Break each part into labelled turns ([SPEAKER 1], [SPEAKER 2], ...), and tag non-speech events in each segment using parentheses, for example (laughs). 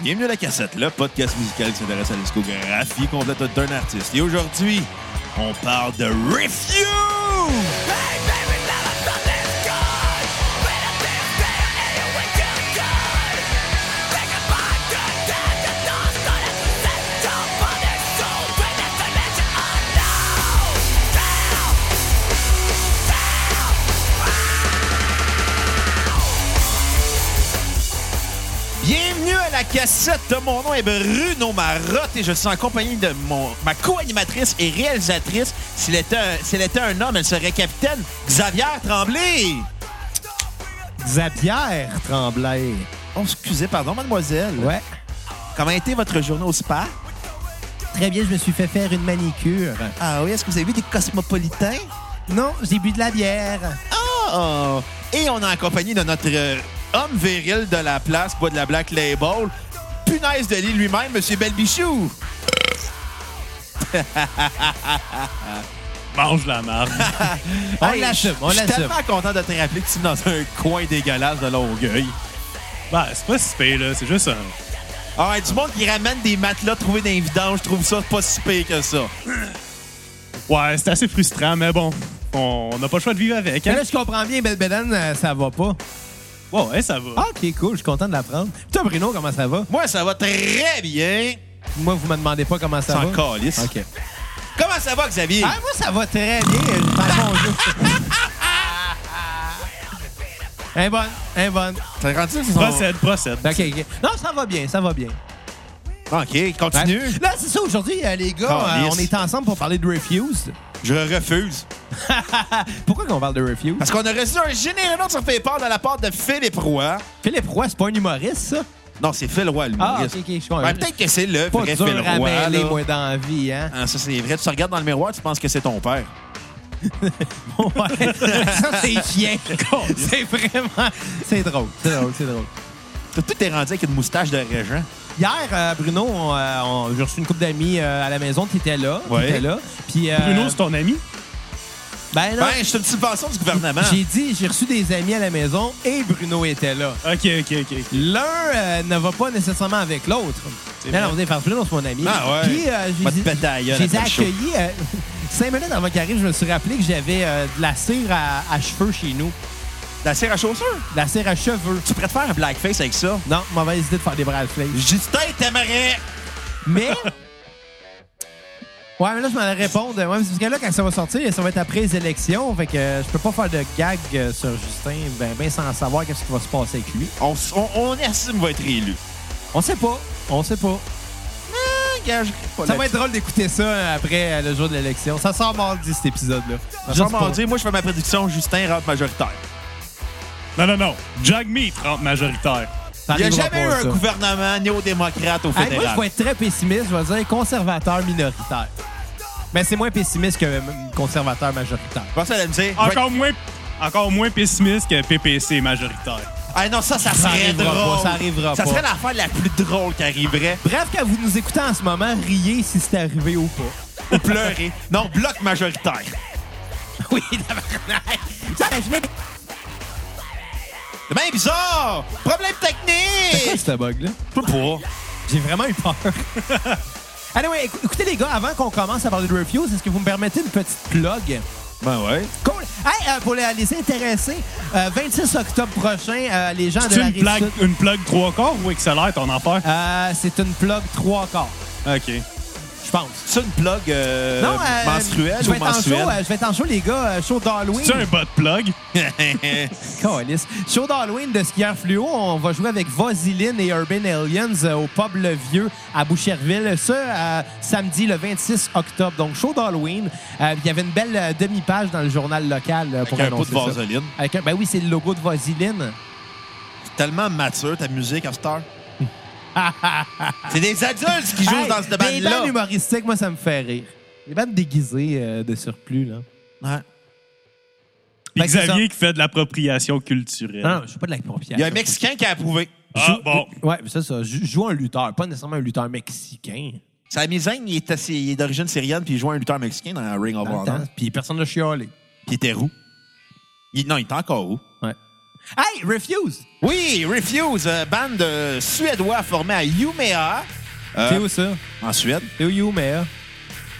[SPEAKER 1] Bienvenue à La Cassette, le podcast musical qui s'intéresse à la discographie complète d'un artiste. Et aujourd'hui, on parle de Refuse! Bienvenue à La Cassette, mon nom est Bruno Marotte et je suis en compagnie de mon, ma co-animatrice et réalisatrice. S'il était, un- s'il était un homme, elle serait capitaine Xavier Tremblay!
[SPEAKER 2] Xavier Tremblay.
[SPEAKER 1] Oh, excusez, pardon, mademoiselle.
[SPEAKER 2] Ouais.
[SPEAKER 1] Comment a été votre journée au spa?
[SPEAKER 2] Très bien, je me suis fait faire une manicure.
[SPEAKER 1] Ah oui, est-ce que vous avez vu des cosmopolitains?
[SPEAKER 2] Non, j'ai bu de la bière.
[SPEAKER 1] Ah! Et on est en compagnie de notre euh, homme viril de la place, bois de la Black Label, punaise de lit lui-même, Monsieur Belbichou.
[SPEAKER 3] Mange la marde.
[SPEAKER 2] On
[SPEAKER 1] Hey,
[SPEAKER 2] l'assume, on
[SPEAKER 1] Je suis
[SPEAKER 2] l'assume.
[SPEAKER 1] tellement content de te rappeler que tu es dans un coin dégueulasse de Longueuil.
[SPEAKER 3] bah, c'est pas si pire, là. C'est juste un.
[SPEAKER 1] Ah, ouais, du monde qui ramène des matelas trouvés dans les vidanges, je trouve ça pas si pire que ça.
[SPEAKER 3] Ouais, c'est assez frustrant, mais bon, on on n'a pas le choix de vivre avec.
[SPEAKER 2] Mais
[SPEAKER 3] Hein?
[SPEAKER 2] là, je comprends bien, Belle Bédane, euh, ça va pas.
[SPEAKER 3] Ouais, ouais, ça va.
[SPEAKER 2] Ah, ok, cool, je suis content de l'apprendre. Putain, Bruno, comment ça va?
[SPEAKER 1] Moi, ça va très bien.
[SPEAKER 2] Moi, vous me demandez pas comment ça
[SPEAKER 1] C'est
[SPEAKER 2] va.
[SPEAKER 1] en calice.
[SPEAKER 2] Ok.
[SPEAKER 1] Comment ça va, Xavier?
[SPEAKER 2] Ah, moi, ça va très bien. Je vais faire mon jeu. (laughs) Un bon, un bon.
[SPEAKER 1] T'as grandi, c'est son-
[SPEAKER 3] Procède, procède.
[SPEAKER 2] Ok, ok. Non, ça va bien, ça va bien.
[SPEAKER 1] OK, continue.
[SPEAKER 2] Ouais. Là, c'est ça, aujourd'hui, euh, les gars,
[SPEAKER 1] Ah,
[SPEAKER 2] euh,
[SPEAKER 1] yes.
[SPEAKER 2] on est ensemble pour parler de Refused. (laughs)
[SPEAKER 1] Je refuse.
[SPEAKER 2] Pourquoi qu'on parle de Refused?
[SPEAKER 1] Parce qu'on a reçu un généreux sur PayPal de la part de Philippe Roy.
[SPEAKER 2] Philippe Roy, c'est pas un humoriste, ça?
[SPEAKER 1] Non, c'est Phil Roy,
[SPEAKER 2] Ah,
[SPEAKER 1] l'humoriste.
[SPEAKER 2] ok, ok, je comprends.
[SPEAKER 1] Ouais, Ben, Peut-être que c'est le
[SPEAKER 2] pas
[SPEAKER 1] vrai
[SPEAKER 2] dur
[SPEAKER 1] Phil
[SPEAKER 2] à
[SPEAKER 1] Roy.
[SPEAKER 2] mêler,
[SPEAKER 1] là.
[SPEAKER 2] moi, dans la
[SPEAKER 1] (laughs)
[SPEAKER 2] vie, hein?
[SPEAKER 1] Ah, ça, c'est vrai. Tu te regardes dans le miroir, tu penses que c'est ton père.
[SPEAKER 2] Ouais. ça, c'est chiant. c'est vraiment... C'est drôle, c'est drôle, c'est drôle.
[SPEAKER 1] T'as tout est rendu avec une moustache de régent.
[SPEAKER 2] Hier, euh, Bruno, on, euh, on- j'ai reçu une couple d'amis euh, à la maison. T'étais là,
[SPEAKER 1] Ouais.
[SPEAKER 2] t'étais là. Puis, euh,
[SPEAKER 3] Bruno, c'est ton ami?
[SPEAKER 2] ben non,
[SPEAKER 1] Ben, je suis une subvention du gouvernement.
[SPEAKER 2] j'ai dit, j'ai reçu des amis à la maison et Bruno était là.
[SPEAKER 3] Ok, ok, ok.
[SPEAKER 2] L'un euh, ne va pas nécessairement avec l'autre.
[SPEAKER 3] C'est
[SPEAKER 2] Non,
[SPEAKER 3] vrai.
[SPEAKER 2] non, venez faire plus, non, c'est mon ami.
[SPEAKER 1] Ah ouais.
[SPEAKER 2] Puis, euh, j'ai-
[SPEAKER 1] Va te péter la gueule
[SPEAKER 2] j'ai
[SPEAKER 1] après le show.
[SPEAKER 2] accueilli. euh, (laughs) cinq minutes avant qu'il arrive, je me suis rappelé que j'avais euh, de la cire à, à cheveux chez nous.
[SPEAKER 1] La cire à chaussures.
[SPEAKER 2] De la cire à cheveux.
[SPEAKER 1] Tu pourrais te faire un blackface avec ça.
[SPEAKER 2] Non, mauvaise idée de faire des bracelets.
[SPEAKER 1] (laughs) Justin, t'aimerais.
[SPEAKER 2] Mais. Ouais, mais là, je m'en allais répondre. Ouais, mais c'est parce que là, quand ça va sortir, ça va être après les élections. Fait que euh, je peux pas faire de gag euh, sur Justin, ben, ben sans savoir qu'est-ce qui va se passer avec lui.
[SPEAKER 1] On, s- on, on assume va être élu. Ah,
[SPEAKER 2] On sait pas. On sait pas.
[SPEAKER 1] Engage.
[SPEAKER 2] Ça va être drôle d'écouter ça après euh, le jour de l'élection. Ça sort mardi, cet épisode-là. Juste pour-
[SPEAKER 1] Genre, dire, moi, je fais ma prédiction. Justin rentre majoritaire.
[SPEAKER 3] Non, non, non. Jag Meat rentre majoritaire.
[SPEAKER 2] Ça
[SPEAKER 1] Il n'y a
[SPEAKER 2] arrivera
[SPEAKER 1] jamais eu
[SPEAKER 2] pas,
[SPEAKER 1] un
[SPEAKER 2] ça.
[SPEAKER 1] gouvernement néo-démocrate au
[SPEAKER 2] Hey, moi,
[SPEAKER 1] fédéral.
[SPEAKER 2] je vais être très pessimiste. Je vais dire conservateur minoritaire. Mais c'est moins pessimiste que euh, conservateur majoritaire.
[SPEAKER 1] Personne va me dire. je vais être-
[SPEAKER 3] Encore moins, encore moins pessimiste que PPC majoritaire.
[SPEAKER 1] Ah non, ça, ça
[SPEAKER 2] Ça
[SPEAKER 1] serait
[SPEAKER 2] arrivera pas,
[SPEAKER 1] drôle.
[SPEAKER 2] ça arrivera
[SPEAKER 1] Ça
[SPEAKER 2] pas.
[SPEAKER 1] serait l'affaire la plus drôle qui arriverait.
[SPEAKER 2] Bref, quand vous nous écoutez en ce moment, riez si c'est arrivé ou
[SPEAKER 1] (laughs)
[SPEAKER 2] pas.
[SPEAKER 1] Ou pleurer. Non, bloc majoritaire.
[SPEAKER 2] oui, tabarnak. Imaginez-
[SPEAKER 1] C'est bien bizarre. Problème
[SPEAKER 2] C'est quoi
[SPEAKER 1] technique.
[SPEAKER 2] ce bug-là?
[SPEAKER 1] (laughs) Je peux pas.
[SPEAKER 2] J'ai vraiment eu peur. (laughs) Anyway, éc- écoutez les gars, avant qu'on commence à parler de Refuse, est-ce que vous me permettez une petite plug?
[SPEAKER 1] Ben ouais.
[SPEAKER 2] Cool! Hey, euh, pour les, les intéressés, euh, 26 octobre prochain, euh, les gens de
[SPEAKER 3] C'est
[SPEAKER 2] la
[SPEAKER 3] une plaque,
[SPEAKER 2] Rive-Sud-
[SPEAKER 3] une plaque trois quarts ou accélère ton enfer?
[SPEAKER 2] Euh, C'est une plug trois quarts,
[SPEAKER 3] Ok.
[SPEAKER 2] je pense.
[SPEAKER 1] C'est une plug euh,
[SPEAKER 2] euh,
[SPEAKER 1] menstruelle
[SPEAKER 2] je vais
[SPEAKER 1] ou
[SPEAKER 2] être en show,
[SPEAKER 1] mensuelle?
[SPEAKER 2] euh, je vais être en show, les gars, euh, show d'Halloween.
[SPEAKER 3] C'est un bot plug.
[SPEAKER 2] (laughs) euh. Calice. Show d'Halloween de skieur fluo. On va jouer avec Vasiline et Urban Aliens euh, au pub Le Vieux à Boucherville. Ce euh, samedi le 26 octobre. Donc, show d'Halloween. Euh, Il y avait une belle euh, demi-page dans le journal local euh, pour
[SPEAKER 1] Avec un pot
[SPEAKER 2] annoncer
[SPEAKER 1] de
[SPEAKER 2] ça.
[SPEAKER 1] vaseline.
[SPEAKER 2] Avec un- ben oui, c'est le logo de Vasiline.
[SPEAKER 1] C'est (laughs) tellement mature, ta musique, à cette
[SPEAKER 2] (laughs)
[SPEAKER 1] heure. C'est des adultes qui jouent
[SPEAKER 2] Hey,
[SPEAKER 1] dans cette
[SPEAKER 2] Des bandes
[SPEAKER 1] bande-là.
[SPEAKER 2] humoristiques, moi, ça me fait rire. Des bandes déguisées euh, de surplus, là.
[SPEAKER 1] Ouais.
[SPEAKER 2] Fait que Ben, c'est Ah.
[SPEAKER 3] Xavier qui fait de l'appropriation culturelle.
[SPEAKER 2] Non, non, je suis pas de la
[SPEAKER 1] Il y a un Mexicain qui a approuvé.
[SPEAKER 3] Ah, bon.
[SPEAKER 2] Ouais, c'est ça. Je joue un lutteur, pas nécessairement un lutteur mexicain.
[SPEAKER 1] Sa misaine, il est, assez- il est d'origine syrienne, puis il joue un lutteur mexicain dans Ring of
[SPEAKER 2] Dans le temps.
[SPEAKER 1] Honor.
[SPEAKER 2] Puis personne ne chialé.
[SPEAKER 1] Puis il était roux. Il- non, il est encore roux.
[SPEAKER 2] Ouais. Hey, Refuse!
[SPEAKER 1] Oui, Refuse, euh, band euh, suédois formé à Umeå, euh,
[SPEAKER 2] C'est où ça?
[SPEAKER 1] en Suède.
[SPEAKER 2] C'est où Youmeia?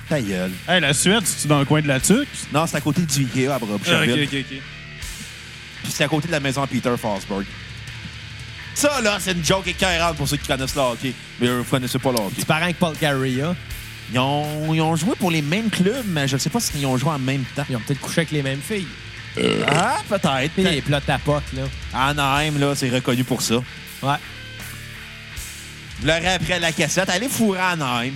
[SPEAKER 1] Ta gueule.
[SPEAKER 3] Hey, la Suède, c'est-tu dans le coin de la tuque?
[SPEAKER 1] Non, c'est à côté du Ikea à
[SPEAKER 2] Ah,
[SPEAKER 1] Boucherville.
[SPEAKER 3] ok.
[SPEAKER 1] Puis c'est à côté de la maison à Peter Forsberg. Ça, là, c'est une joke écœurante pour ceux qui connaissent le hockey. Mais eux, vous connaissez pas le hockey.
[SPEAKER 2] Tu parents avec Paul Garia.
[SPEAKER 1] Ils ont, ils ont joué pour les mêmes clubs, mais je ne sais pas s'ils ont joué en même temps.
[SPEAKER 2] Ils ont peut-être couché avec les mêmes filles.
[SPEAKER 1] Ah, peut-être.
[SPEAKER 2] Puis les plots à potes, là.
[SPEAKER 1] Anaheim, là, c'est reconnu pour ça.
[SPEAKER 2] Ouais.
[SPEAKER 1] Vous l'aurez après la cassette. Allez fourrer à Anaheim.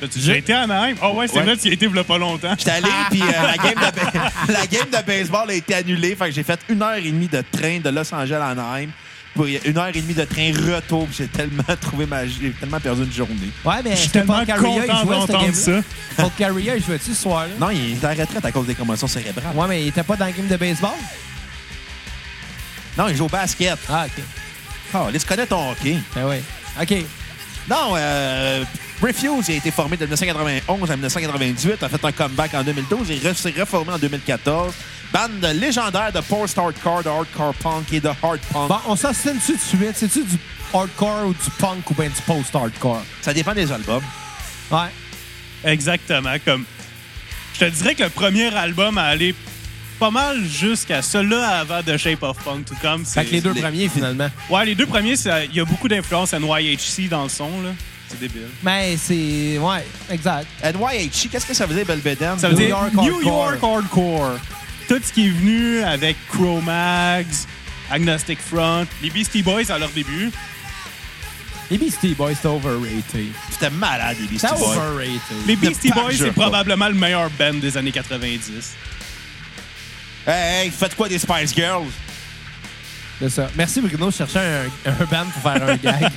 [SPEAKER 3] T'as-tu déjà été à Anaheim? Ah ouais, c'est
[SPEAKER 1] Ouais.
[SPEAKER 3] vrai, tu y as été v'là pas longtemps.
[SPEAKER 1] J'étais (laughs) allé, puis euh, la, game de ba- (laughs) la game de baseball a été annulée. Fait que j'ai fait une heure et demie de train de Los Angeles à Anaheim. Pour une heure et demie de train retour. puis J'ai tellement (laughs) trouvé ma... J'ai tellement perdu une journée.
[SPEAKER 2] Ouais, mais
[SPEAKER 3] Je suis
[SPEAKER 2] c'était
[SPEAKER 3] tellement
[SPEAKER 2] Paul Carrier, il
[SPEAKER 3] content
[SPEAKER 2] jouait cette
[SPEAKER 3] d'entendre
[SPEAKER 2] game-là.
[SPEAKER 3] ça.
[SPEAKER 2] Paul Carrier, il jouait-tu ce soir-là?
[SPEAKER 1] Non, il est en retraite à cause des commotions cérébrales.
[SPEAKER 2] Ouais, mais il était pas dans le game de baseball?
[SPEAKER 1] Non, il joue au basket.
[SPEAKER 2] Ah, OK.
[SPEAKER 1] Oh, laisse connaître ton hockey.
[SPEAKER 2] Ben oui. OK.
[SPEAKER 1] Non, euh, Refuse a été formé de 1991 à 1998, a fait un comeback en 2012 et re- s'est reformé en 2014. Bande légendaire de post-hardcore, de hardcore punk et de hard punk.
[SPEAKER 2] Bon, on s'assine-tu de suite? C'est-tu du hardcore ou du punk ou bien du post-hardcore?
[SPEAKER 1] Ça dépend des albums.
[SPEAKER 2] Ouais.
[SPEAKER 3] Exactement. Comme, je te dirais que le premier album a allé pas mal jusqu'à celui-là avant de Shape of Punk. Tout comme c'est-
[SPEAKER 2] Fait que les deux
[SPEAKER 1] les-
[SPEAKER 2] premiers,
[SPEAKER 1] (laughs)
[SPEAKER 2] finalement.
[SPEAKER 3] Ouais, les deux premiers, ça- il y a beaucoup d'influence NYHC dans le son. là. C'est débile.
[SPEAKER 2] Mais c'est... Ouais, exact.
[SPEAKER 1] NYHC, qu'est-ce que ça veut dire, Belbeden?
[SPEAKER 3] Ça veut
[SPEAKER 2] New
[SPEAKER 3] dire
[SPEAKER 2] York
[SPEAKER 3] New
[SPEAKER 2] Hardcore.
[SPEAKER 3] York Hardcore. Tout ce qui est venu avec Cro-Mags, Agnostic Front, les Beastie Boys à leur début.
[SPEAKER 2] Les Beastie Boys, c'est overrated.
[SPEAKER 1] C'était malade, les Beastie
[SPEAKER 2] C'est
[SPEAKER 1] Boys.
[SPEAKER 2] overrated.
[SPEAKER 3] Les Beastie
[SPEAKER 1] pas,
[SPEAKER 3] Boys,
[SPEAKER 1] je
[SPEAKER 3] c'est
[SPEAKER 1] pas.
[SPEAKER 3] probablement le meilleur band des années 90.
[SPEAKER 1] Hey, hey, faites quoi des Spice Girls?
[SPEAKER 2] C'est ça. Merci, Bruno. Je cherchais un, un band pour faire
[SPEAKER 1] (laughs)
[SPEAKER 2] un gag.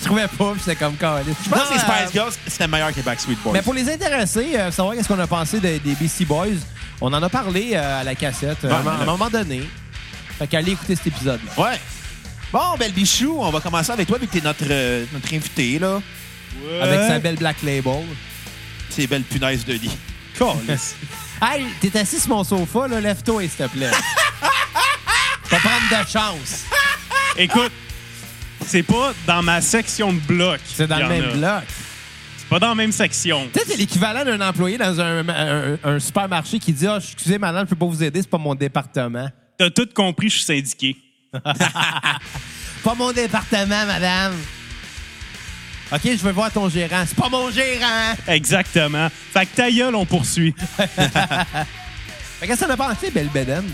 [SPEAKER 2] Je trouvais pas, puis c'était comme calé.
[SPEAKER 1] Je pense que les Spice Girls, c'était meilleur que Backstreet Boys.
[SPEAKER 2] euh, Mais pour les intéressés, euh, savoir qu'est-ce qu'on a pensé des, des Beastie Boys, on en a parlé euh, à la cassette euh, à, un- à un moment donné. Fait qu'allez écouter cet épisode-là.
[SPEAKER 1] Ouais. Bon, Belle Bichou, on va commencer avec toi, vu que t'es notre, euh, notre invité, là.
[SPEAKER 2] Avec
[SPEAKER 1] Euh.
[SPEAKER 2] sa belle Black Label.
[SPEAKER 1] Ces belles punaises de lit.
[SPEAKER 3] Calisse.
[SPEAKER 2] Hey, t'es assis sur mon sofa, là. Lève-toi, s'il te
[SPEAKER 3] (laughs)
[SPEAKER 2] plaît. Faut prendre de chance.
[SPEAKER 3] Écoute, c'est pas dans ma section de bloc.
[SPEAKER 2] C'est dans
[SPEAKER 3] qu'il
[SPEAKER 2] le
[SPEAKER 3] y en
[SPEAKER 2] même
[SPEAKER 3] a.
[SPEAKER 2] bloc.
[SPEAKER 3] C'est pas dans la même section.
[SPEAKER 2] Tu sais, c'est l'équivalent d'un employé dans un, un- un supermarché qui dit Ah, excusez, madame, je peux pas vous aider, c'est pas mon département.
[SPEAKER 3] T'as tout compris, je suis syndiqué.
[SPEAKER 2] Pas mon département, madame. OK, je vais voir ton gérant. C'est pas mon gérant!
[SPEAKER 3] Exactement. Fait que ta gueule, on poursuit.
[SPEAKER 2] Fait qu'est-ce que t'en as pensé, Belle Beden?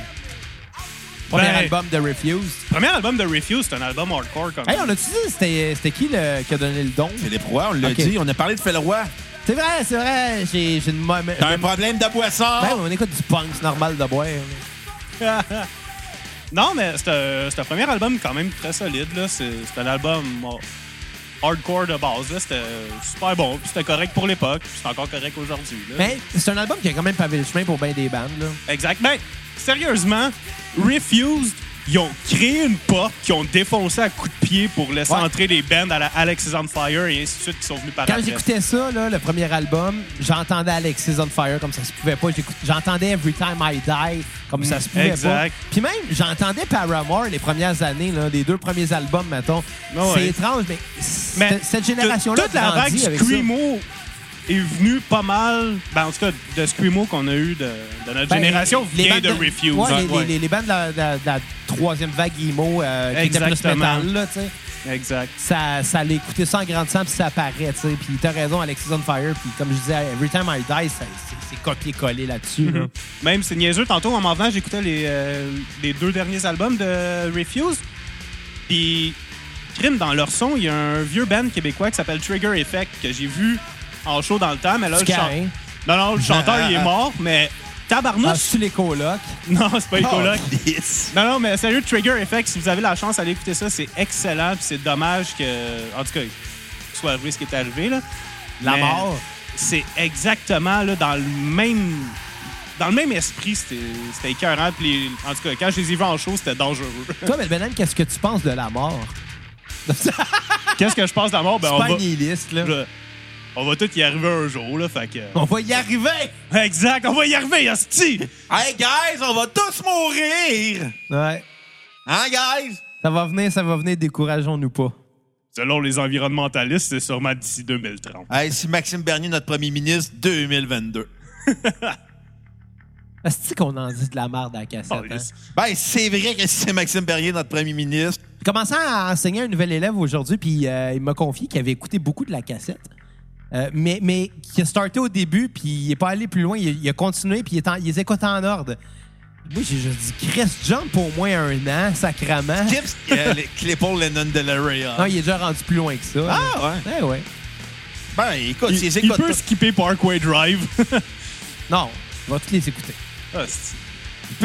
[SPEAKER 2] Premier
[SPEAKER 3] Ben,
[SPEAKER 2] album de Refuse.
[SPEAKER 3] Premier album de Refuse, c'est un album hardcore comme
[SPEAKER 2] Hey, on a-tu dit c'était c'était qui le, qui a donné le don?
[SPEAKER 1] Philippe Roy, on l'a
[SPEAKER 2] Ok.
[SPEAKER 1] dit, on a parlé de Phil Roy.
[SPEAKER 2] C'est vrai, c'est vrai. J'ai j'ai une mauvaise-
[SPEAKER 1] T'as un problème de boisson?
[SPEAKER 2] Ben, on écoute du punk, c'est normal de boire.
[SPEAKER 3] Non, mais c'est un, c'est un premier album quand même très solide. là. C'est c'est un album bon, hardcore de base. là. C'était super bon. puis C'était correct pour l'époque. puis C'est encore correct aujourd'hui. là.
[SPEAKER 2] Mais Ben, c'est un album qui a quand même pavé le chemin pour bien des bandes. Là.
[SPEAKER 3] Exact. Ben, sérieusement, Refused, ils ont créé une porte qu'ils ont défoncé à coups de pied pour laisser
[SPEAKER 2] Ouais.
[SPEAKER 3] entrer les bands à la Alex is on Fire et ainsi de suite qui sont venus par
[SPEAKER 2] Quand
[SPEAKER 3] après.
[SPEAKER 2] j'écoutais ça, là, le premier album, j'entendais Alexis on Fire comme ça se pouvait pas. J'écoute- J'entendais Every Time I Die comme ça se pouvait
[SPEAKER 3] exact.
[SPEAKER 2] pas. Puis même, j'entendais Paramore les premières années, là, les deux premiers albums, mettons.
[SPEAKER 3] Ah ouais.
[SPEAKER 2] C'est étrange, mais,
[SPEAKER 3] Mais
[SPEAKER 2] cette- cette génération-là
[SPEAKER 3] toute la vague
[SPEAKER 2] grandit avec ça.
[SPEAKER 3] Screamo est venue pas mal, ben, en tout cas, de Screamo qu'on a eu de, de notre
[SPEAKER 2] Ben,
[SPEAKER 3] génération
[SPEAKER 2] les
[SPEAKER 3] vient
[SPEAKER 2] bandes
[SPEAKER 3] de Refused.
[SPEAKER 2] ouais, les-
[SPEAKER 3] Ouais.
[SPEAKER 2] Les, les bandes de la, de la- de la troisième vague IMO euh, qui étaient plus
[SPEAKER 3] Exactement.
[SPEAKER 2] métal, là, tu sais.
[SPEAKER 3] Exact.
[SPEAKER 2] ça, ça l'écouter ça en grandissant, puis ça paraît, tu sais. Puis t'as raison, Alexis on Fire, puis comme je disais, Every Time I Die, ça- c'est- c'est copié-collé là-dessus. là.
[SPEAKER 3] Mm-hmm. Même c'est niaiseux, tantôt en m'en venant, j'écoutais les, euh, les deux derniers albums de Refuse. Puis, crime dans leur son, il y a un vieux band québécois qui s'appelle Trigger Effect que j'ai vu en show dans le temps, mais là, le,
[SPEAKER 2] Sky,
[SPEAKER 3] chan-
[SPEAKER 2] hein?
[SPEAKER 3] non, non, le
[SPEAKER 2] (laughs)
[SPEAKER 3] chanteur, il est mort, mais
[SPEAKER 2] Ah, oh.
[SPEAKER 3] tabarnouche.
[SPEAKER 2] c'est-tu les colocs?
[SPEAKER 3] Non, c'est pas les colocs.
[SPEAKER 1] Yes.
[SPEAKER 3] Non, non, mais sérieux, Trigger Effect, si vous avez la chance d'aller écouter ça, c'est excellent. Puis c'est dommage que, en tout cas, que soit arrivé ce qui est arrivé. Là.
[SPEAKER 2] La
[SPEAKER 3] Mais
[SPEAKER 2] mort.
[SPEAKER 3] C'est exactement là, dans le même. Dans le même esprit, c'était c'était écœurant. Puis les- en tout cas, quand je les ai vus en show, c'était dangereux.
[SPEAKER 2] (laughs) Toi, Belbenem, qu'est-ce que tu penses de la mort? (laughs)
[SPEAKER 3] Qu'est-ce que je pense de la mort? Ben,
[SPEAKER 2] C'est
[SPEAKER 3] on
[SPEAKER 2] pas
[SPEAKER 3] va,
[SPEAKER 2] nihiliste, là.
[SPEAKER 3] je- on va tous y arriver un jour, là. Fait que.
[SPEAKER 2] On va y arriver!
[SPEAKER 3] Exact, on va y arriver, Asti!
[SPEAKER 1] Hey, guys, on va tous mourir!
[SPEAKER 2] Ouais.
[SPEAKER 1] Hein, guys?
[SPEAKER 2] Ça va venir, ça va venir, décourageons-nous pas.
[SPEAKER 3] Selon les environnementalistes, c'est sûrement d'ici 2030.
[SPEAKER 1] Hey, si Maxime Bernier, notre premier ministre, 2022.
[SPEAKER 2] Est-ce qu'on en dit de la merde à la cassette? hein?
[SPEAKER 3] Calisse.
[SPEAKER 1] Ben, c'est vrai que si c'est Maxime Bernier, notre premier ministre,
[SPEAKER 2] J'ai commencé à enseigner à un nouvel élève aujourd'hui, puis euh, il m'a confié qu'il avait écouté beaucoup de la cassette. Euh, mais mais qu'il a starté au début, puis il est pas allé plus loin. Il, a- il a continué, puis il, est en- il les écoute en ordre. Moi, j'ai juste dit, Chris, jump pour au moins un an, sacrament.
[SPEAKER 3] (laughs)
[SPEAKER 1] Tips, euh, les- Claypool Lennon de la
[SPEAKER 2] Non, Ah, il est déjà rendu plus loin que ça.
[SPEAKER 1] Ah, ouais.
[SPEAKER 2] Ouais, ouais.
[SPEAKER 1] Ben, écoute,
[SPEAKER 3] Il,
[SPEAKER 1] c'est
[SPEAKER 3] il peut skipper Parkway Drive.
[SPEAKER 2] Non, on va tous les écouter.
[SPEAKER 3] Ah, c'est-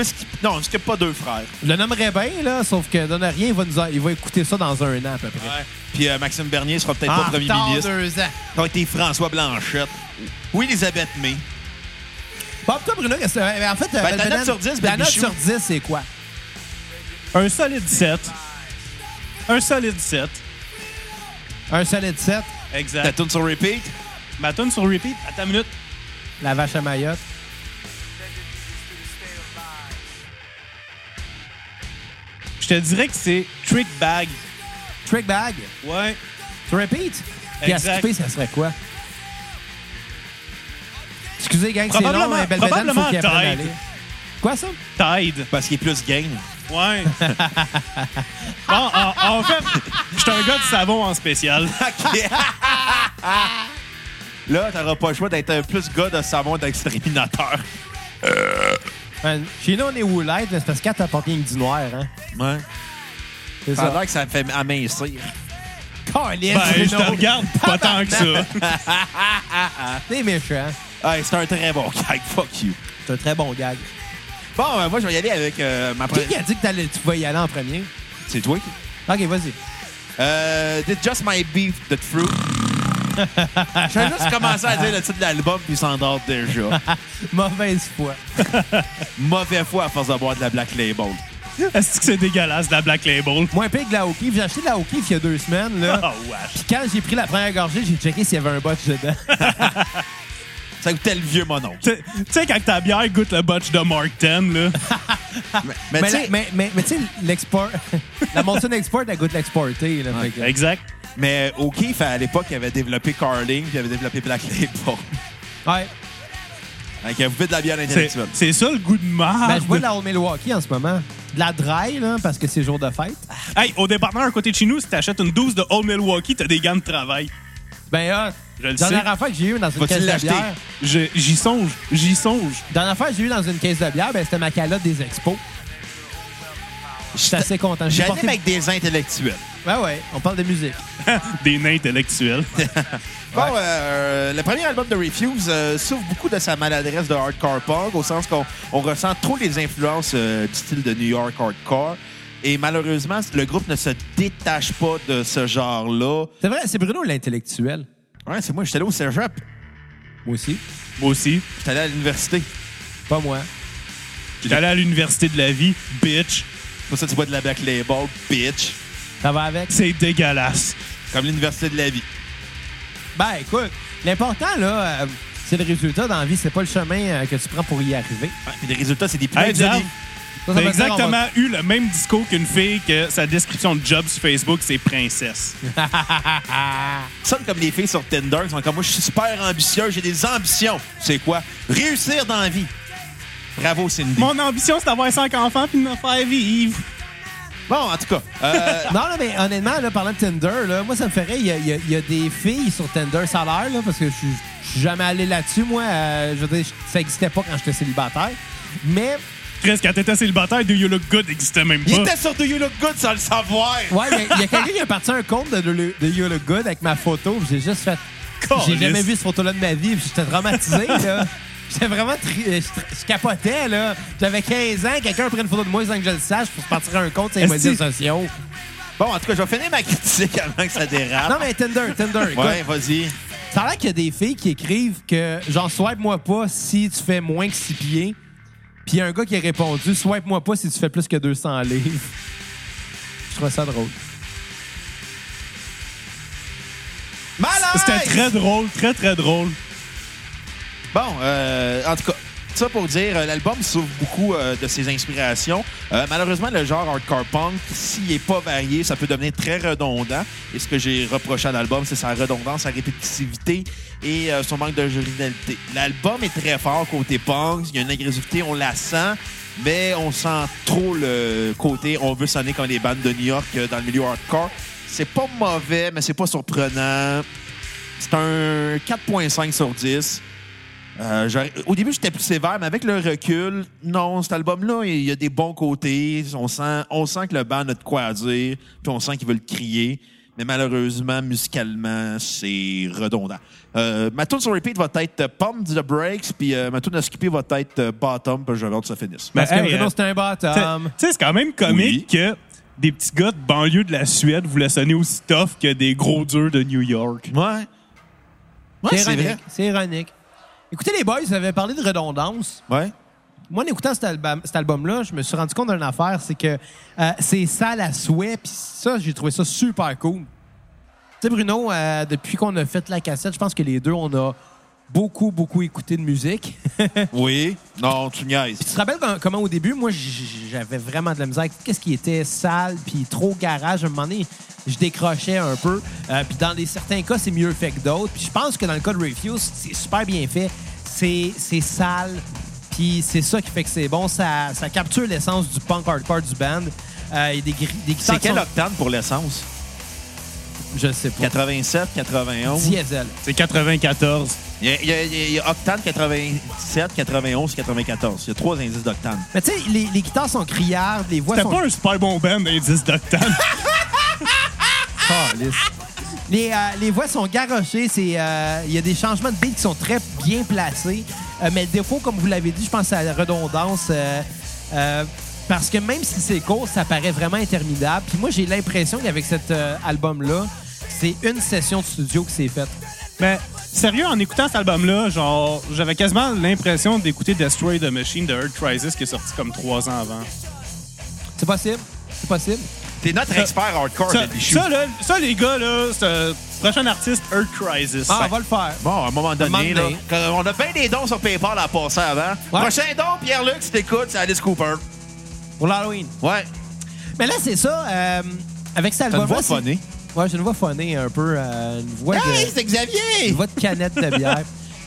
[SPEAKER 1] skip- Non, skip pas deux frères.
[SPEAKER 2] Je le nommerais bien, là, sauf que donne rien, il va, nous a- il va écouter ça dans un an à peu près.
[SPEAKER 1] Puis euh, Maxime Bernier sera peut-être
[SPEAKER 3] Ah,
[SPEAKER 2] En
[SPEAKER 1] pas premier
[SPEAKER 2] retard
[SPEAKER 1] ministre.
[SPEAKER 2] deux ans.
[SPEAKER 1] Ça va être François Blanchette. Ou Elisabeth May.
[SPEAKER 2] Bon, toi, Bruno, qu'est-ce que- euh, en fait, euh,
[SPEAKER 1] Ben, ta
[SPEAKER 2] Bad
[SPEAKER 1] note
[SPEAKER 2] Banane-
[SPEAKER 1] sur 10,
[SPEAKER 2] ta
[SPEAKER 1] Baby
[SPEAKER 2] note
[SPEAKER 1] Chou.
[SPEAKER 2] sur 10, c'est quoi?
[SPEAKER 3] un solide 7. Un solide 7.
[SPEAKER 2] Un solide 7,
[SPEAKER 1] La
[SPEAKER 3] Exact.
[SPEAKER 1] tune sur repeat.
[SPEAKER 3] Ma tune sur repeat, à ta minute.
[SPEAKER 2] la vache à Mayotte.
[SPEAKER 3] Je te dirais que c'est Trick Bag.
[SPEAKER 2] Trick bag,
[SPEAKER 3] Ouais.
[SPEAKER 2] tu repeat? Puis à
[SPEAKER 3] Exact.
[SPEAKER 2] skipper, ça serait quoi? Excusez, gang, c'est long,
[SPEAKER 3] Probablement-
[SPEAKER 2] mais Belle Banane, faut
[SPEAKER 3] probablement
[SPEAKER 2] qu'il apprenne à
[SPEAKER 3] Tide.
[SPEAKER 2] lire. Quoi, ça?
[SPEAKER 3] Tide.
[SPEAKER 1] Parce qu'il est plus gang.
[SPEAKER 3] Ouais. (laughs) bon, en, en fait, je suis un gars de savon en spécial.
[SPEAKER 1] (laughs) Là, t'auras pas le choix d'être un plus gars de savon d'exterminateur.
[SPEAKER 2] Un- Euh, Chez nous, on est Woolite, mais c'est parce qu'elle t'apporte rien que du noir, hein? Ah,
[SPEAKER 1] Ouais.
[SPEAKER 2] C'est
[SPEAKER 1] Ça a
[SPEAKER 2] ça.
[SPEAKER 1] l'air que ça me fait amincir.
[SPEAKER 2] Calisse,
[SPEAKER 3] (laughs) Ben, je
[SPEAKER 2] Bruno.
[SPEAKER 3] te regarde pas tant que ça. (laughs)
[SPEAKER 2] T'es méchant.
[SPEAKER 1] Hey, c'est un très bon gag. Fuck you.
[SPEAKER 2] C'est un très bon gag.
[SPEAKER 1] Bon, euh, moi, je vais y aller avec euh, ma
[SPEAKER 2] Qui
[SPEAKER 1] première.
[SPEAKER 2] qui a dit que t'allais- tu vas y aller en premier?
[SPEAKER 1] C'est toi qui.
[SPEAKER 2] OK, vas-y.
[SPEAKER 1] Euh, Did Just My Beef de (laughs) Fruit. J'ai juste commencé à dire le titre de l'album puis il s'endort déjà.
[SPEAKER 2] Mauvaise foi.
[SPEAKER 1] Mauvais foi à force de boire de la Black Label.
[SPEAKER 3] Est-ce que c'est dégueulasse, de la Black Label?
[SPEAKER 2] Moins pire que de la O'Keeffe. J'ai acheté de la O'Keeffe il y a deux semaines.
[SPEAKER 3] (laughs) Oh,
[SPEAKER 2] Là.
[SPEAKER 3] wesh.
[SPEAKER 2] Puis quand j'ai pris la première gorgée, j'ai checké s'il y avait un botch dedans.
[SPEAKER 1] Ça goûtait le vieux (laughs) monon.
[SPEAKER 3] Tu sais- tu sais, quand ta bière goûte le botch de Mark 10, là.
[SPEAKER 1] Ah, Mais,
[SPEAKER 2] mais
[SPEAKER 1] tu
[SPEAKER 2] la-
[SPEAKER 1] sais-
[SPEAKER 2] mais, mais, mais tu sais, l'export... (laughs) la Molson Export, elle goûte l'exporté. Là, fait que-
[SPEAKER 3] Exact.
[SPEAKER 1] mais O'Keefe, à l'époque, il avait développé Carling puis il avait développé Black (laughs) Label.
[SPEAKER 2] Ouais.
[SPEAKER 1] Donc, il a fait de la bière
[SPEAKER 3] C'est
[SPEAKER 1] intellectuelle.
[SPEAKER 3] c'est ça le goût de
[SPEAKER 2] Ben,
[SPEAKER 3] marde.
[SPEAKER 2] je bois de la Old Milwaukee en ce moment. De la dry, là, parce que c'est jour de fête.
[SPEAKER 3] Hey, au département à côté de chez nous, si t'achètes une douce de Old Milwaukee, t'as des gants de travail.
[SPEAKER 2] Ben, ah,
[SPEAKER 3] Je le sais.
[SPEAKER 2] dernière affaire que j'ai eu dans une
[SPEAKER 1] Vas-tu
[SPEAKER 2] caisse de
[SPEAKER 1] l'acheter?
[SPEAKER 2] bière...
[SPEAKER 3] Je- J'y songe, j'y songe.
[SPEAKER 2] Dernière affaire que j'ai eu dans une caisse de bière, ben, c'était ma calotte des expos. J'étais assez content. J'ai
[SPEAKER 1] J'anime
[SPEAKER 2] porté...
[SPEAKER 1] avec des intellectuels.
[SPEAKER 2] Ben ouais, on parle de musique.
[SPEAKER 3] (laughs) Des nains intellectuels.
[SPEAKER 1] Bon,
[SPEAKER 2] Ouais.
[SPEAKER 1] euh, le premier album de Refuse euh, souffre beaucoup de sa maladresse de hardcore punk, au sens qu'on on ressent trop les influences euh, du style de New York hardcore. Et malheureusement, le groupe ne se détache pas de ce genre-là.
[SPEAKER 2] C'est vrai, c'est Bruno l'intellectuel.
[SPEAKER 1] Ouais, c'est moi, j'étais allé au cégep.
[SPEAKER 2] Moi aussi.
[SPEAKER 3] Moi aussi.
[SPEAKER 1] J'étais allé à l'université.
[SPEAKER 2] Pas moi.
[SPEAKER 3] J'étais allé à l'université de la vie, bitch.
[SPEAKER 1] C'est Pour ça, que tu bois de la Black Label, bitch.
[SPEAKER 2] Ça va avec.
[SPEAKER 3] C'est dégueulasse.
[SPEAKER 1] Comme l'université de la vie.
[SPEAKER 2] Ben écoute, l'important là, euh, c'est le résultat dans la vie, c'est pas le chemin euh, que tu prends pour y arriver.
[SPEAKER 1] Ouais, puis les résultats, c'est des plus
[SPEAKER 3] Hey,
[SPEAKER 2] Ça,
[SPEAKER 3] Jav,
[SPEAKER 2] ça veut dire, on
[SPEAKER 3] T'as
[SPEAKER 2] va-
[SPEAKER 3] exactement eu le même discours qu'une fille que sa description de job sur Facebook, c'est princesse.
[SPEAKER 1] sonne comme les filles sur Tinder qui sont comme moi, je suis super ambitieux, j'ai des ambitions. C'est quoi? Réussir dans la vie. Bravo, Cindy.
[SPEAKER 3] Mon ambition, c'est d'avoir cinq enfants puis de me faire vivre.
[SPEAKER 1] Bon, en tout cas,
[SPEAKER 2] (laughs)
[SPEAKER 1] euh,
[SPEAKER 2] Non, là, mais honnêtement, là, parlant de Tinder, là, moi, ça me ferait. Il y, a- il y a- il y a des filles sur Tinder, ça a l'air, là, parce que je suis- je suis jamais allé là-dessus, moi. euh, je veux dire, je- ça n'existait pas quand j'étais célibataire. Mais,
[SPEAKER 3] Chris, quand t'étais célibataire, Do You Look Good n'existait même
[SPEAKER 1] il
[SPEAKER 3] pas.
[SPEAKER 1] était sur Do You Look Good sans le savoir.
[SPEAKER 2] ouais, il y a- il y a quelqu'un qui a parti un compte de, de, de You Look Good avec ma photo, puis j'ai juste fait. J'ai
[SPEAKER 3] Caliste.
[SPEAKER 2] jamais vu cette photo-là de ma vie, puis j'étais traumatisé, là. J'étais vraiment. tri- euh, Je, tra- je capotais, là. J'avais 15 ans, quelqu'un a pris une photo de moi sans que je le sache pour se partir un compte sur les
[SPEAKER 3] Est-ce
[SPEAKER 2] médias
[SPEAKER 3] que-
[SPEAKER 2] sociaux.
[SPEAKER 1] Bon, en tout cas, je vais finir ma critique avant que ça
[SPEAKER 3] Ah.
[SPEAKER 1] dérape.
[SPEAKER 2] Non, mais Tinder, Tinder, écoute.
[SPEAKER 1] ouais, vas-y.
[SPEAKER 2] Ça a l'air qu'il y a des filles qui écrivent que genre swipe-moi pas si tu fais moins que 6 pieds. Puis il y a un gars qui a répondu swipe-moi pas si tu fais plus que 200 livres. Je trouve ça drôle.
[SPEAKER 1] Malaise!
[SPEAKER 3] C'était très drôle, très très drôle.
[SPEAKER 1] Bon, euh, en tout cas, ça pour dire, euh, l'album s'ouvre beaucoup euh, de ses inspirations. Euh, malheureusement, le genre hardcore punk, s'il n'est pas varié, ça peut devenir très redondant. Et ce que j'ai reproché à l'album, c'est sa redondance, sa répétitivité et euh, son manque d'originalité. L'album est très fort côté punk, il y a une agressivité, on la sent, mais on sent trop le côté on veut sonner comme les bandes de New York euh, dans le milieu hardcore. C'est pas mauvais, mais c'est pas surprenant. C'est un 4.5 sur 10. Euh, j'aurais- au début, j'étais plus sévère, mais avec le recul, non, cet album-là, il y a des bons côtés. On sent, on sent que le band a de quoi à dire, puis on sent qu'ils veulent crier. Mais malheureusement, musicalement, c'est redondant. Euh, ma tune sur repeat va être Pump the Breaks, puis euh, ma tune à skipper va être euh, Bottom, puis je vais voir que ça finisse.
[SPEAKER 2] Parce que
[SPEAKER 3] hey,
[SPEAKER 2] Bruno,
[SPEAKER 3] euh,
[SPEAKER 2] c'est un bottom.
[SPEAKER 3] Tu sais, c'est quand même comique que des petits gars de banlieue de la Suède voulaient sonner aussi tough que des gros durs de New York.
[SPEAKER 1] Ouais. Ouais, c'est vrai.
[SPEAKER 2] ironique. C'est ironique. Écoutez, les boys, vous avez parlé de redondance.
[SPEAKER 1] Ouais.
[SPEAKER 2] Moi, en écoutant cet, album, cet album-là, je me suis rendu compte d'une affaire, c'est que euh, c'est sale à souhait, puis ça, j'ai trouvé ça super cool. Tu sais, Bruno, euh, depuis qu'on a fait la cassette, je pense que les deux, on a beaucoup, beaucoup écouté de musique. (laughs)
[SPEAKER 1] Oui. Non, tu niaises.
[SPEAKER 2] Tu te rappelles quand- comment au début, moi, j- j'avais vraiment de la misère. avec Qu'est-ce qui était sale, puis trop garage. À un moment donné, je décrochais un peu. Euh, puis dans des, certains cas, c'est mieux fait que d'autres. Puis je pense que dans le cas de Refuse, c'est super bien fait. C'est c'est sale, puis c'est ça qui fait que c'est bon. Ça, ça capture l'essence du punk hardcore du band. Euh, Il y a des, gri- des
[SPEAKER 1] C'est
[SPEAKER 2] guitares qui
[SPEAKER 1] quel
[SPEAKER 2] sont-
[SPEAKER 1] octane pour l'essence?
[SPEAKER 2] Je sais pas.
[SPEAKER 1] 87, 91?
[SPEAKER 2] Diesel.
[SPEAKER 3] C'est 94.
[SPEAKER 1] Il y, a, il y a- il y a octane 87, 91, 94. Il y a trois indices d'octane.
[SPEAKER 2] Mais tu sais, les, les guitares sont criardes, les voix
[SPEAKER 3] C'était
[SPEAKER 2] sont...
[SPEAKER 3] pas un super bon band d'indice d'octane.
[SPEAKER 2] Les, euh, les voix sont garochées. c'est, euh, Il y a des changements de beat qui sont très bien placés. Euh, mais le défaut, comme vous l'avez dit, je pense à la redondance. euh, euh, parce que même si c'est court, ça paraît vraiment interminable. Puis moi, j'ai l'impression qu'avec cet euh, album-là, c'est une session de studio qui s'est faite.
[SPEAKER 3] (laughs) Mais sérieux, en écoutant cet album-là, genre, j'avais quasiment l'impression d'écouter Destroy the Machine de Earth Crisis qui est sorti comme trois ans avant.
[SPEAKER 2] C'est possible? C'est possible?
[SPEAKER 1] T'es notre expert hardcore,
[SPEAKER 3] Ça,
[SPEAKER 1] de Bichou.
[SPEAKER 3] ça, là, ça, les gars, là, c'est, euh, prochain artiste, Earth Crisis.
[SPEAKER 2] Ah,
[SPEAKER 3] Fait-
[SPEAKER 2] on va le faire.
[SPEAKER 1] Bon, à un moment donné,
[SPEAKER 2] À un moment donné.
[SPEAKER 1] là, quand on a bien des dons sur PayPal à passer avant.
[SPEAKER 2] Ouais.
[SPEAKER 1] Prochain don, Pierre-Luc, si t'écoutes, c'est Alice Cooper.
[SPEAKER 2] Pour l'Halloween.
[SPEAKER 1] Ouais.
[SPEAKER 2] Mais là, c'est ça. euh, avec
[SPEAKER 1] T'as
[SPEAKER 2] cet
[SPEAKER 1] une
[SPEAKER 2] album-là...
[SPEAKER 1] voix
[SPEAKER 2] c'est-
[SPEAKER 1] phonée.
[SPEAKER 2] Ouais, j'ai une voix phonée un peu. euh, une voix de...
[SPEAKER 1] Hey, c'est Xavier!
[SPEAKER 2] Une voix de canette de bière.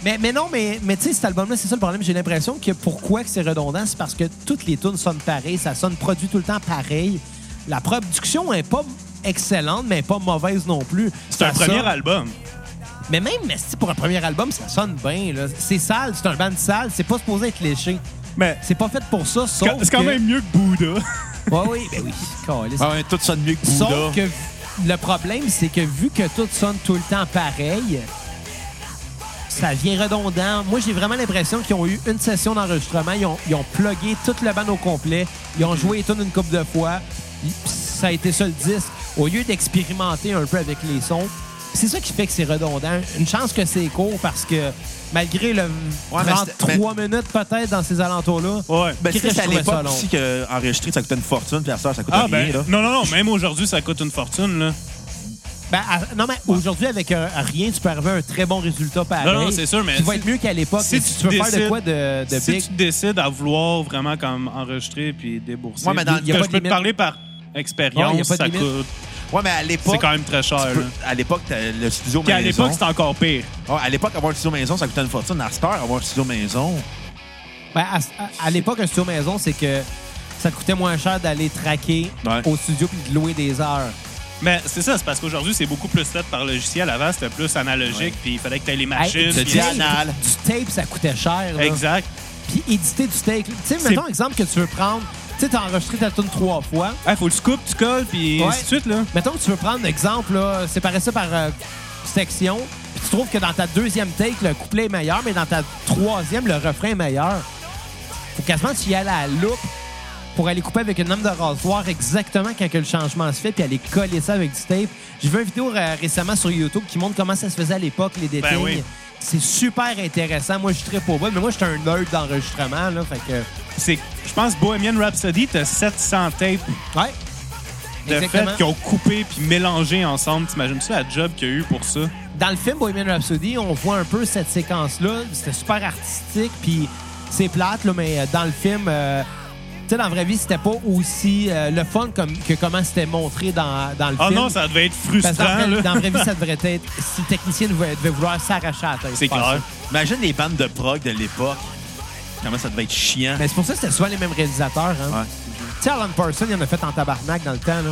[SPEAKER 2] Mais, mais non, mais, mais tu sais, cet album-là, c'est ça le problème. J'ai l'impression que pourquoi que c'est redondant, c'est parce que toutes les tunes sonnent pareilles, ça sonne produit tout le temps pareil. La production est pas excellente, mais pas mauvaise non plus.
[SPEAKER 3] C'est un
[SPEAKER 2] Ça
[SPEAKER 3] premier
[SPEAKER 2] sonne-
[SPEAKER 3] album.
[SPEAKER 2] Mais même mais si pour un premier album, ça sonne bien. là. C'est sale, c'est un band sale, c'est pas supposé être léché.
[SPEAKER 3] Mais
[SPEAKER 2] C'est pas fait pour ça, sauf
[SPEAKER 3] c'est quand- c'est quand
[SPEAKER 2] que-
[SPEAKER 3] même mieux
[SPEAKER 2] (laughs)
[SPEAKER 3] que Bouddha.
[SPEAKER 2] Ouais, oui, ben oui. Caliste.
[SPEAKER 1] Ah ouais, tout sonne mieux que Bouddha.
[SPEAKER 2] Sauf que le problème, c'est que vu que tout sonne tout le temps pareil, ça vient redondant. Moi, j'ai vraiment l'impression qu'ils ont eu une session d'enregistrement. Ils ont, ils ont plugué toute la bande au complet. Ils ont joué les tunes une couple de fois. Puis Ça a été ça le disque. Au lieu d'expérimenter un peu avec les sons, c'est ça qui fait que c'est redondant. Une chance que c'est court parce que malgré le
[SPEAKER 1] Ouais, mais c'était-
[SPEAKER 2] 33 minutes peut-être dans ces alentours-là,
[SPEAKER 3] Ouais.
[SPEAKER 1] Ben, tu sais,
[SPEAKER 2] Christ,
[SPEAKER 1] c'est à
[SPEAKER 2] je trouvais ça
[SPEAKER 1] l'époque
[SPEAKER 2] long.
[SPEAKER 1] aussi qu'enregistrer, ça coûtait une fortune, puis à ça, ça coûte
[SPEAKER 3] Ah,
[SPEAKER 1] rien.
[SPEAKER 3] ben,
[SPEAKER 1] là.
[SPEAKER 3] non, non, non, même aujourd'hui, ça coûte une fortune, là.
[SPEAKER 2] Ben, à- non, mais aujourd'hui, avec euh, rien, tu peux arriver à un très bon résultat pareil.
[SPEAKER 3] Non, non, c'est sûr, mais
[SPEAKER 2] Qui va
[SPEAKER 3] si-
[SPEAKER 2] être mieux qu'à l'époque.
[SPEAKER 3] si
[SPEAKER 2] mais
[SPEAKER 3] tu
[SPEAKER 2] tu peux faire de
[SPEAKER 3] décides-
[SPEAKER 2] quoi de, de
[SPEAKER 3] si
[SPEAKER 2] big?
[SPEAKER 3] tu décides à vouloir vraiment comme enregistrer puis débourser,
[SPEAKER 1] Ouais, mais dans-
[SPEAKER 3] que
[SPEAKER 2] y a pas
[SPEAKER 3] je
[SPEAKER 2] de
[SPEAKER 3] peux te
[SPEAKER 2] limite.
[SPEAKER 3] parler par
[SPEAKER 2] Ouais, y a
[SPEAKER 3] expérience,
[SPEAKER 2] pas de
[SPEAKER 3] ça
[SPEAKER 2] limite.
[SPEAKER 3] coûte.
[SPEAKER 1] Ouais, mais à l'époque.
[SPEAKER 3] C'est quand même très cher.
[SPEAKER 1] tu peux-
[SPEAKER 3] là.
[SPEAKER 1] à l'époque, t'as le studio
[SPEAKER 3] Puis à
[SPEAKER 1] maison.
[SPEAKER 3] l'époque, c'était encore pire.
[SPEAKER 1] Ouais, à l'époque, avoir un studio maison, ça coûtait une fortune. À cette heure, avoir un studio maison.
[SPEAKER 2] Ben, à à- à l'époque, un studio maison, c'est que ça te coûtait moins cher d'aller traquer
[SPEAKER 1] Ouais.
[SPEAKER 2] au studio puis de louer des heures.
[SPEAKER 3] Mais c'est ça, c'est parce qu'aujourd'hui, c'est beaucoup plus fait par logiciel. Avant, c'était plus analogique, puis il fallait que tu aies les machines.
[SPEAKER 2] Hey,
[SPEAKER 1] c'est
[SPEAKER 3] puis-
[SPEAKER 2] du, tape,
[SPEAKER 1] dianal.
[SPEAKER 2] du tape, ça coûtait cher. là.
[SPEAKER 3] exact.
[SPEAKER 2] Puis éditer du tape. Tu sais, mettons exemple que tu veux prendre. Tu sais, t'as enregistré ta tune trois fois.
[SPEAKER 3] Il faut que tu coupes, tu colles, puis
[SPEAKER 2] Ouais.
[SPEAKER 3] ainsi de suite. Là.
[SPEAKER 2] Mettons que tu veux prendre exemple, là, séparer ça par euh, section, puis tu trouves que dans ta deuxième take, le couplet est meilleur, mais dans ta troisième, le refrain est meilleur. Faut quasiment que tu y ailles à la loupe pour aller couper avec une lame de rasoir exactement quand que le changement se fait, puis aller coller ça avec du tape. J'ai vu une vidéo euh, récemment sur YouTube qui montre comment ça se faisait à l'époque, les détails.
[SPEAKER 3] Ben oui.
[SPEAKER 2] C'est super intéressant. Moi, je suis très pour mais moi, j'étais un nerd d'enregistrement, là, fait que...
[SPEAKER 3] C'est, je pense Bohemian Rhapsody, t'as 700 tapes
[SPEAKER 2] Ouais.
[SPEAKER 3] de
[SPEAKER 2] Exactement.
[SPEAKER 3] fait qui ont coupé puis mélangé ensemble. T'imagines-tu la job qu'il y a eu pour ça?
[SPEAKER 2] dans le film Bohemian Rhapsody, on voit un peu cette séquence-là. C'était super artistique, puis C'est plate, là, mais euh, dans le film, euh, tu sais, dans la vraie vie, c'était pas aussi euh, le fun comme, que comment c'était montré dans, dans le
[SPEAKER 3] Oh
[SPEAKER 2] film.
[SPEAKER 3] non, ça devait être
[SPEAKER 2] Parce que dans,
[SPEAKER 3] frustrant.
[SPEAKER 2] la vraie-
[SPEAKER 3] là.
[SPEAKER 2] dans la vraie vie, ça devrait être. Si le technicien devait, devait vouloir s'arracher à la tête.
[SPEAKER 3] C'est
[SPEAKER 2] je pense.
[SPEAKER 3] clair.
[SPEAKER 1] Imagine les bandes de prog de l'époque. Comment ça devait être chiant.
[SPEAKER 2] Mais c'est pour ça que c'était souvent les mêmes réalisateurs. Hein.
[SPEAKER 1] Ouais.
[SPEAKER 2] Tu sais, Alan Parsons, il en a fait en tabarnak dans le temps. Là.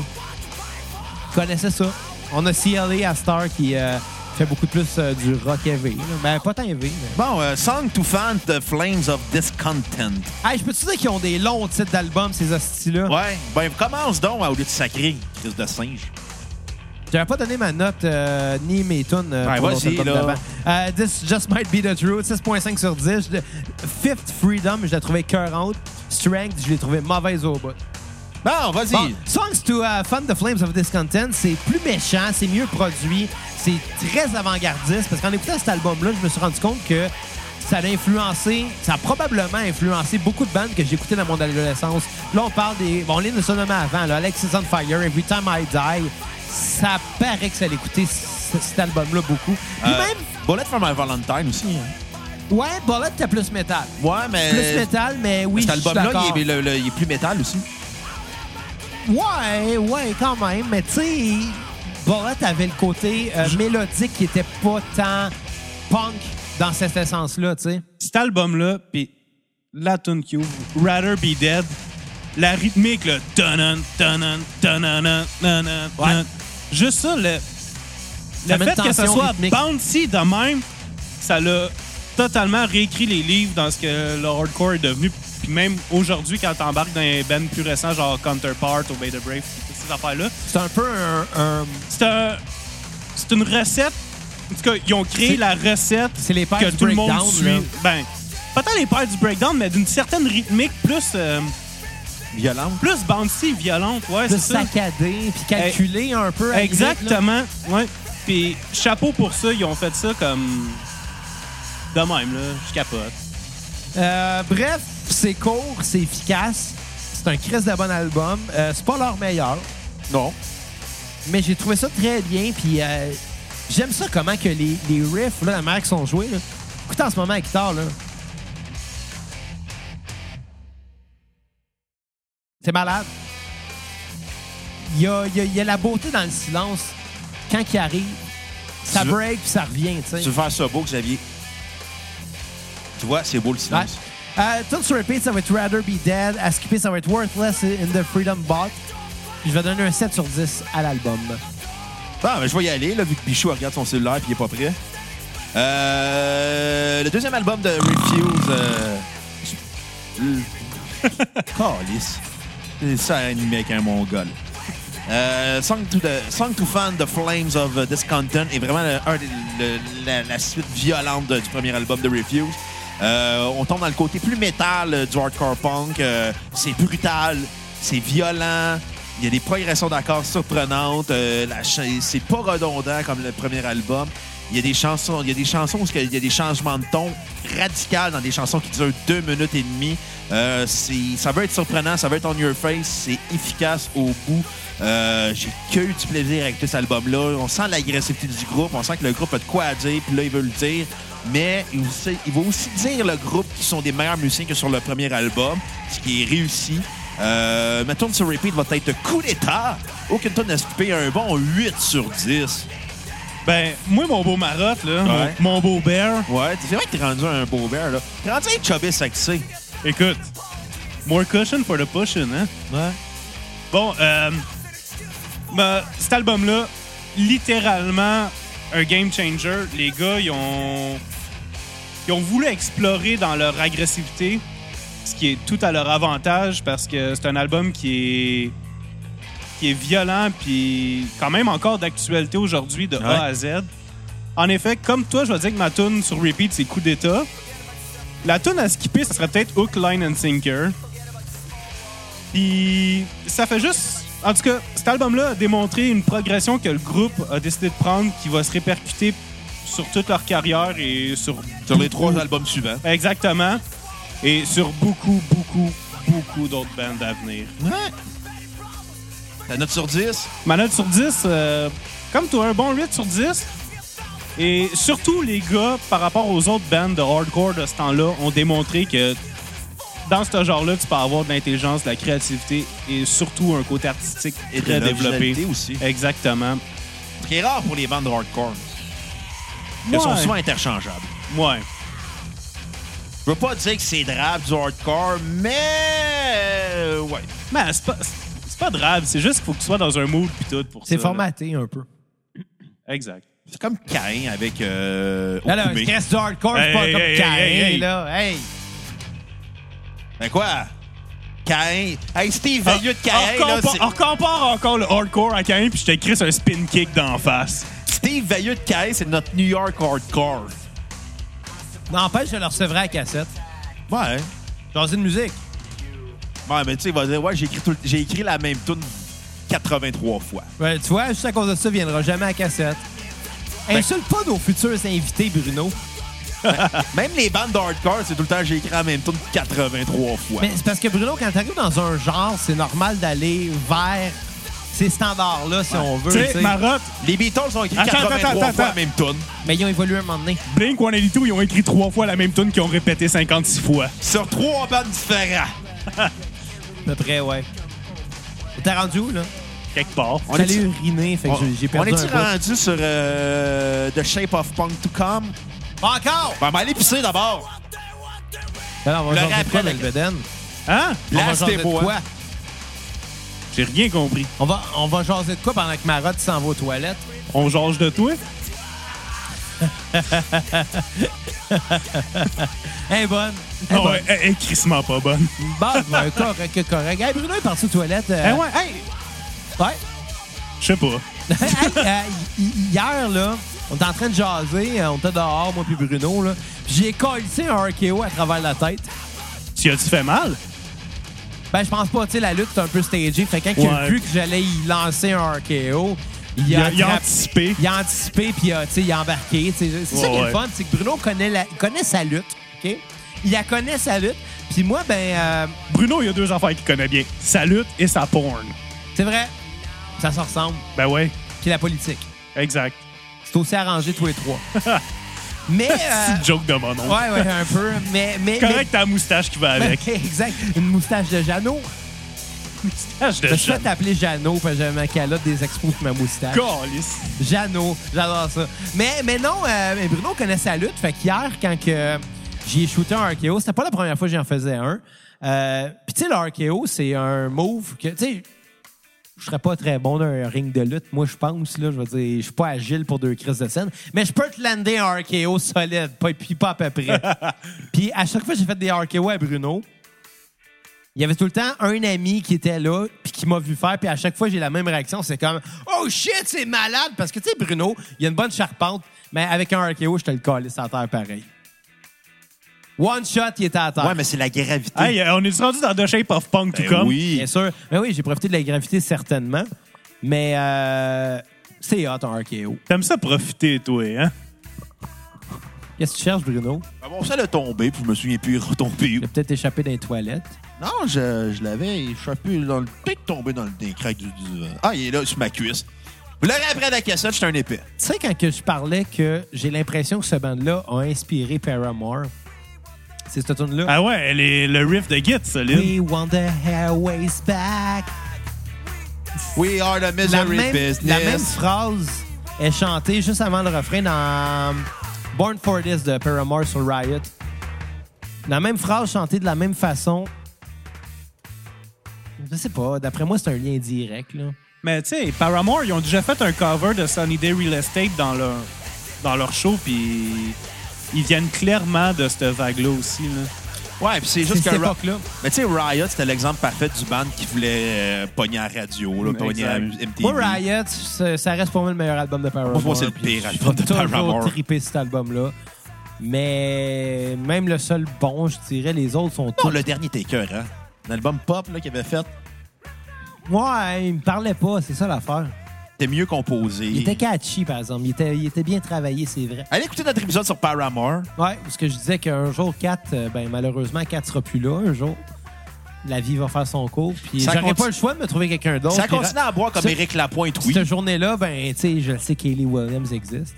[SPEAKER 2] Il connaissait ça. On a CLA à Star qui euh, fait beaucoup plus euh, du rock heavy. là. Ben, pas tant heavy. Mais...
[SPEAKER 1] Bon, euh, Song to Fan the Flames of Discontent.
[SPEAKER 2] Hey, je peux-tu dire qu'ils ont des longs titres d'albums, ces hosties-là?
[SPEAKER 1] Ouais, ben commence donc à au lieu de sacrer, Chris de singe.
[SPEAKER 2] J'avais pas donné ma note euh, ni mes tunes euh,
[SPEAKER 1] Ouais,
[SPEAKER 2] pour
[SPEAKER 1] vas-y,
[SPEAKER 2] l'autre album
[SPEAKER 1] là.
[SPEAKER 2] d'avant. Euh, This Just Might Be The Truth, 6.5 sur 10. Je- Fifth Freedom, je l'ai trouvé cœurante. Strength, je l'ai trouvé mauvaise au bout.
[SPEAKER 1] Bon, Ah, vas-y.
[SPEAKER 2] Bon, Songs to uh, Fan the Flames of Discontent, c'est plus méchant, c'est mieux produit, c'est très avant-gardiste. Parce qu'en écoutant cet album-là, je me suis rendu compte que ça a influencé, ça a probablement influencé beaucoup de bandes que j'écoutais dans mon adolescence. Là, on parle des. Bon, les nous sommes avant, là, Alexis on Fire, Every Time I Die. Ça paraît que ça l'écouter cet album-là beaucoup. Puis
[SPEAKER 1] Euh,
[SPEAKER 2] même,
[SPEAKER 1] Bullet for my Valentine aussi. hein.
[SPEAKER 2] ouais, Bullet, t'as plus métal.
[SPEAKER 1] Ouais, mais.
[SPEAKER 2] Plus métal, mais oui,
[SPEAKER 1] Euh, Cet
[SPEAKER 2] je suis
[SPEAKER 1] album-là,
[SPEAKER 2] d'accord.
[SPEAKER 1] il, est- le- le- il est plus métal aussi.
[SPEAKER 2] Ouais, ouais, quand même. Mais tu sais, Borat avait le côté euh, mélodique qui était pas tant punk dans cette essence-là, tu sais.
[SPEAKER 3] Cet album-là, puis la tune qui ouvre, Rather Be Dead, la rythmique, le tanan, tanan, tanan, tanan,
[SPEAKER 2] Ouais.
[SPEAKER 3] juste ça, le, le
[SPEAKER 2] met
[SPEAKER 3] fait
[SPEAKER 2] une
[SPEAKER 3] que ça
[SPEAKER 2] tension
[SPEAKER 3] soit
[SPEAKER 2] rythmique.
[SPEAKER 3] bouncy de même, ça l'a totalement réécrit les livres dans ce que le hardcore est devenu. Puis même aujourd'hui, quand t'embarques dans les bands plus récents, genre Counterpart, Obey the Brave, puis toutes ces affaires-là,
[SPEAKER 2] C'est un peu un. un-
[SPEAKER 3] c'est un- c'est une recette. En tout cas, ils ont
[SPEAKER 2] C'est-
[SPEAKER 3] créé la recette
[SPEAKER 2] c'est les pères
[SPEAKER 3] que
[SPEAKER 2] du
[SPEAKER 3] tout le monde
[SPEAKER 2] breakdown,
[SPEAKER 3] suit.
[SPEAKER 2] là.
[SPEAKER 3] Ben, pas tant les pères du breakdown, mais d'une certaine rythmique plus, euh,
[SPEAKER 1] Violente.
[SPEAKER 3] plus bouncy, violente. Ouais,
[SPEAKER 2] de
[SPEAKER 3] c'est ça. Eh,
[SPEAKER 2] saccader puis calculer un peu. avec, là.
[SPEAKER 3] Exactement. Ouais. Puis chapeau pour ça, ils ont fait ça comme. De même, là. Je capote.
[SPEAKER 2] Euh, bref, c'est court, c'est efficace. C'est un crise de bon album. Euh, c'est pas leur meilleur.
[SPEAKER 1] Non.
[SPEAKER 2] Mais j'ai trouvé ça très bien. Puis euh, j'aime ça comment que les, les riffs, là, la manière qu'ils sont joués. Là. Écoute en ce moment la guitare, là. C'est malade. Il y a, il y a- il y a la beauté dans le silence. Quand il arrive, ça
[SPEAKER 1] Tu veux-
[SPEAKER 2] break puis ça revient, tu sais.
[SPEAKER 1] Tu veux faire ça beau, Xavier? Tu vois, c'est beau le
[SPEAKER 2] Ouais.
[SPEAKER 1] silence.
[SPEAKER 2] Euh, tout sur repeat, ça va être Rather Be Dead. À skipper, ça va être Worthless in the Freedom Box. Puis je vais donner un 7 sur 10 à l'album.
[SPEAKER 1] Bon, ben, je vais y aller, là, vu que Bichou elle regarde son cellulaire et il est pas prêt. Euh, le deuxième album de Refuse. Euh... je- (laughs) Calice. Ça animé avec un mongol. Euh, Song, to the, Song to Fan, The Flames of Discontent est vraiment le- un des- le- la, la suite violente de- du premier album de Refuse. Euh, on tombe dans le côté plus métal euh, du hardcore punk. Euh, c'est brutal, c'est violent. Il y a des progressions d'accords surprenantes. Euh, la cha- c'est pas redondant comme le premier album. Il y a des chansons, il y a des chansons où il y a des changements de ton radicaux dans des chansons qui durent deux minutes et demie. Euh, c'est- ça veut être surprenant, ça veut être on your face, c'est efficace au bout. Euh, J'ai que eu du plaisir avec tout cet album-là. On sent l'agressivité du groupe, on sent que le groupe a de quoi à dire, puis là, il veut le dire. Mais il, aussi- il va aussi dire le groupe qui sont des meilleurs musiciens que sur le premier album, ce qui est réussi. Euh, ma tourne sur repeat va être coup d'état. Aucune tourne n'a skippé un bon 8 sur 10.
[SPEAKER 3] Ben, moi, mon beau marotte, là,
[SPEAKER 1] Ouais.
[SPEAKER 3] mon, mon beau bear,
[SPEAKER 1] Ouais, c'est vrai que t'es rendu un beau bear, là. T'es rendu un chubby sexy.
[SPEAKER 3] écoute, more cushion for the pushing, hein?
[SPEAKER 1] Ouais.
[SPEAKER 3] Bon, euh, ben, cet album-là, littéralement un game changer. Les gars, ils ont, ils ont voulu explorer dans leur agressivité, ce qui est tout à leur avantage parce que c'est un album qui est qui est violent puis quand même encore d'actualité aujourd'hui de A à Z. En effet, comme toi, je vais dire que ma tune sur repeat c'est coup d'état. La tune à skipper, ça serait peut-être Hook, Line and Sinker. Puis ça fait juste. En tout cas, cet album-là a démontré une progression que le groupe a décidé de prendre qui va se répercuter sur toute leur carrière et sur.
[SPEAKER 1] Sur les
[SPEAKER 3] beaucoup-
[SPEAKER 1] trois albums suivants.
[SPEAKER 3] Exactement. Et sur beaucoup, beaucoup, beaucoup d'autres bandes à venir.
[SPEAKER 1] Ouais. La note sur 10.
[SPEAKER 3] Ma note sur 10, euh, comme toi, un bon 8 sur 10. Et surtout, les gars, par rapport aux autres bands de hardcore de ce temps-là, ont démontré que dans ce genre-là, tu peux avoir de l'intelligence, de la créativité et surtout un côté artistique
[SPEAKER 1] Et de
[SPEAKER 3] très développé.
[SPEAKER 1] l'originalité aussi.
[SPEAKER 3] Exactement.
[SPEAKER 1] Ce qui est rare pour les bandes de hardcore. Elles sont
[SPEAKER 3] Ouais.
[SPEAKER 1] souvent interchangeables.
[SPEAKER 3] Ouais.
[SPEAKER 1] Je veux pas dire que c'est drabe du hardcore, mais... euh, ouais.
[SPEAKER 3] Mais c'est pas, c'est pas grave, c'est juste qu'il faut que tu sois dans un mood pis tout pour ça.
[SPEAKER 2] C'est
[SPEAKER 3] là.
[SPEAKER 2] formaté un peu.
[SPEAKER 3] Exact.
[SPEAKER 1] C'est comme Cain avec... Euh,
[SPEAKER 2] Là, là,
[SPEAKER 1] Okoumé.
[SPEAKER 2] stress du hardcore, c'est
[SPEAKER 3] Hey,
[SPEAKER 2] pas
[SPEAKER 3] hey,
[SPEAKER 2] comme
[SPEAKER 3] hey,
[SPEAKER 2] Caïn,
[SPEAKER 3] hey, hey.
[SPEAKER 2] là. Hey!
[SPEAKER 1] Ben quoi? Cain. Hey, Steve,
[SPEAKER 2] Ben,
[SPEAKER 3] Ah,
[SPEAKER 1] au lieu de Cain,
[SPEAKER 3] on,
[SPEAKER 1] là,
[SPEAKER 3] compare,
[SPEAKER 1] c'est-
[SPEAKER 3] on compare encore le hardcore à Caïn puis je te crisse un spin kick d'en face.
[SPEAKER 1] Steve Veilleux de Caïn, c'est notre New York hardcore.
[SPEAKER 2] N'empêche, je le recevrai à la cassette.
[SPEAKER 1] Ouais.
[SPEAKER 2] J'ai une musique.
[SPEAKER 1] Ouais, mais tu sais, il va dire, ouais, j'ai écrit, tout le- j'ai écrit la même tune 83 fois.
[SPEAKER 2] Ouais, tu vois, juste à cause de ça, il viendra jamais à la cassette. Insulte pas nos futurs invités, Bruno.
[SPEAKER 1] Même les bandes de hardcore, c'est tout le temps, j'ai écrit la même tune 83 fois.
[SPEAKER 2] Mais c'est parce que, Bruno, quand t'arrives dans un genre, c'est normal d'aller vers ces standards-là, si on veut.
[SPEAKER 3] Tu
[SPEAKER 2] tu sais.
[SPEAKER 3] sais, Marotte,
[SPEAKER 1] Les Beatles ont écrit
[SPEAKER 3] Attends,
[SPEAKER 1] 83
[SPEAKER 3] attends, attends,
[SPEAKER 1] fois la
[SPEAKER 3] attends.
[SPEAKER 1] même tune.
[SPEAKER 2] Mais ils ont évolué à un moment donné.
[SPEAKER 3] Blink 182, ils ont écrit trois fois la même tune qu'ils ont répété 56 fois.
[SPEAKER 1] Sur trois bandes différentes.
[SPEAKER 2] À peu près, ouais. T'es rendu où, là?
[SPEAKER 3] Quelque part.
[SPEAKER 1] On
[SPEAKER 2] J'allais
[SPEAKER 1] est-tu-
[SPEAKER 2] uriner, fait que j'ai- j'ai
[SPEAKER 1] On
[SPEAKER 2] perdu
[SPEAKER 1] est-tu
[SPEAKER 2] un bout.
[SPEAKER 1] rendu sur euh, The Shape of Punk to Come?
[SPEAKER 2] Pas encore!
[SPEAKER 1] Ben, on va aller pisser d'abord.
[SPEAKER 2] Alors, on
[SPEAKER 1] Le
[SPEAKER 2] va jaser de
[SPEAKER 1] rappel
[SPEAKER 2] quoi,
[SPEAKER 1] avec-
[SPEAKER 2] Belvedere?
[SPEAKER 3] Hein?
[SPEAKER 2] On va
[SPEAKER 1] Là,
[SPEAKER 2] jaser
[SPEAKER 1] c'était
[SPEAKER 2] de
[SPEAKER 1] beau.
[SPEAKER 2] quoi?
[SPEAKER 1] hein?
[SPEAKER 3] J'ai rien compris.
[SPEAKER 2] On va, on va jaser de quoi pendant que Marotte s'en va aux toilettes?
[SPEAKER 3] On change de toi?
[SPEAKER 2] Eh bonne! Eh
[SPEAKER 3] Ah
[SPEAKER 2] bonne.
[SPEAKER 3] ouais, eh, eh, crissement pas bonne. (laughs)
[SPEAKER 2] Bon, ben, correct, correct. Hey, Bruno est parti aux toilettes. euh,
[SPEAKER 3] Eh ouais, hey!
[SPEAKER 2] ouais.
[SPEAKER 3] Je sais pas.
[SPEAKER 2] Hey, euh, hi- hi- hier, là, on était en train de jaser. euh, On était dehors, moi puis Bruno. Là. Puis J'ai collé un RKO à travers la tête.
[SPEAKER 3] Tu as-tu fait mal?
[SPEAKER 2] Ben, je pense pas. Tu sais, la lutte, c'est un peu stagée. Fait que quand il a
[SPEAKER 3] Ouais.
[SPEAKER 2] vu que j'allais y lancer un RKO, il
[SPEAKER 3] Il
[SPEAKER 2] a,
[SPEAKER 3] a, il a
[SPEAKER 2] attrapé-
[SPEAKER 3] anticipé.
[SPEAKER 2] il a anticipé puis euh, tu sais, il a embarqué. tu sais. C'est ça
[SPEAKER 3] Ouais,
[SPEAKER 2] qui est le
[SPEAKER 3] ouais.
[SPEAKER 2] fun, c'est que Bruno connaît, la- il connaît sa lutte. OK? Il la connaît sa lutte. Puis moi, ben, euh,
[SPEAKER 3] Bruno, il y a deux affaires qu'il connaît bien. Sa lutte et sa porn.
[SPEAKER 2] c'est vrai, ça se ressemble.
[SPEAKER 3] Ben ouais,
[SPEAKER 2] Puis la politique.
[SPEAKER 3] exact.
[SPEAKER 2] C'est aussi arrangé tous les (laughs) trois. Mais. euh,
[SPEAKER 3] Petite joke de mon nom.
[SPEAKER 2] ouais, Ben, ouais, un peu. Mais. mais (laughs)
[SPEAKER 3] Correct, ta moustache qui va
[SPEAKER 2] mais- (laughs)
[SPEAKER 3] avec.
[SPEAKER 2] exact. Une moustache de Jeannot.
[SPEAKER 3] moustache de
[SPEAKER 2] ben, Je me suis
[SPEAKER 3] chat.
[SPEAKER 2] fait appeler Jeannot parce que j'avais ma calotte des expos pour ma moustache.
[SPEAKER 3] Calisse.
[SPEAKER 2] Jeannot, j'adore ça. Mais, mais non, euh, mais Bruno connaît sa lutte. Fait qu'hier, quand que j'ai shooté un RKO, c'était pas la première fois que j'en faisais un. Euh, Puis tu sais, le RKO, c'est un move que, tu sais, je serais pas très bon dans un ring de lutte, moi, je pense. Là, je veux dire, je suis pas agile pour deux crises de scène. Mais je peux te lander un RKO solide, pas, puis pas à peu près. puis à chaque fois que j'ai fait des RKO à Bruno, il y avait tout le temps un ami qui était là puis qui m'a vu faire puis à chaque fois j'ai la même réaction c'est comme oh shit c'est malade parce que tu sais Bruno il a une bonne charpente mais avec un RKO je te le colle à terre pareil one shot il était à terre
[SPEAKER 1] Ouais, mais c'est la gravité. Eh
[SPEAKER 3] Hey, euh, on est rendu dans The Shape of Punk to Come?
[SPEAKER 1] oui.
[SPEAKER 2] bien sûr mais oui j'ai profité de la gravité certainement mais euh, c'est hot un RKO
[SPEAKER 3] T'aimes ça profiter, toi, hein?
[SPEAKER 2] qu'est-ce que tu cherches Bruno
[SPEAKER 1] Ah Bon, ça l'a tombé, puis je me souviens plus, il est retombé.
[SPEAKER 2] il a peut-être échappé dans les toilettes
[SPEAKER 1] Non, je, je l'avais échappé dans le. Peut-être tombé dans le dans les craques du divan. Ah, il est là, sur ma cuisse. Vous l'aurez après à la cassette, j'étais un épais.
[SPEAKER 2] tu sais quand que je parlais que j'ai l'impression que ce band là a inspiré Paramore c'est cette tune là
[SPEAKER 3] Ah ouais, les- le riff de Git, solide.
[SPEAKER 2] We want the airways back.
[SPEAKER 1] We are the misery
[SPEAKER 2] La même,
[SPEAKER 1] business.
[SPEAKER 2] la même phrase est chantée juste avant le refrain dans Born for This de Paramore sur Riot. La même phrase chantée de la même façon. Je sais pas, d'après moi, c'est un lien direct. Là.
[SPEAKER 3] Mais tu sais, Paramore, ils ont déjà fait un cover de Sunny Day Real Estate dans leur, dans leur show, puis ils viennent clairement de cette vague-là aussi. Là.
[SPEAKER 1] Ouais, puis c'est
[SPEAKER 2] C'est
[SPEAKER 1] juste
[SPEAKER 2] cette
[SPEAKER 1] que. Ra-
[SPEAKER 2] époque-là.
[SPEAKER 1] Mais tu sais, Riot, c'était l'exemple parfait du band qui voulait euh, pogner à la radio, là,
[SPEAKER 3] Exact.
[SPEAKER 1] pogner à MTV.
[SPEAKER 2] Moi, Riot, ça ça reste pour moi le meilleur album de Paramore.
[SPEAKER 1] Pour moi, c'est le
[SPEAKER 2] puis
[SPEAKER 1] pire album de
[SPEAKER 2] J'ai toujours
[SPEAKER 1] Paramore.
[SPEAKER 2] trippé cet album-là. Mais même le seul bon, je dirais, les autres sont
[SPEAKER 1] Non,
[SPEAKER 2] tous
[SPEAKER 1] le dernier était cœur, hein. L'album pop là, qu'il avait fait,
[SPEAKER 2] Ouais, il me parlait pas, c'est ça l'affaire.
[SPEAKER 1] c'était mieux composé.
[SPEAKER 2] Il était catchy, par exemple. Il était, il était bien travaillé, c'est vrai.
[SPEAKER 1] Allez écouter notre épisode sur Paramore.
[SPEAKER 2] Ouais, parce que je disais qu'un jour, Kat, euh, ben, malheureusement, Kat sera plus là un jour. La vie va faire son cours. Puis
[SPEAKER 1] Ça
[SPEAKER 2] j'aurais
[SPEAKER 1] continue-
[SPEAKER 2] pas le choix de me trouver quelqu'un d'autre.
[SPEAKER 1] Ça
[SPEAKER 2] Puis,
[SPEAKER 1] continue à boire comme
[SPEAKER 2] Ça-
[SPEAKER 1] Eric Lapointe, oui.
[SPEAKER 2] Cette journée-là, ben, tu sais, je le sais qu'Ailey Williams existe.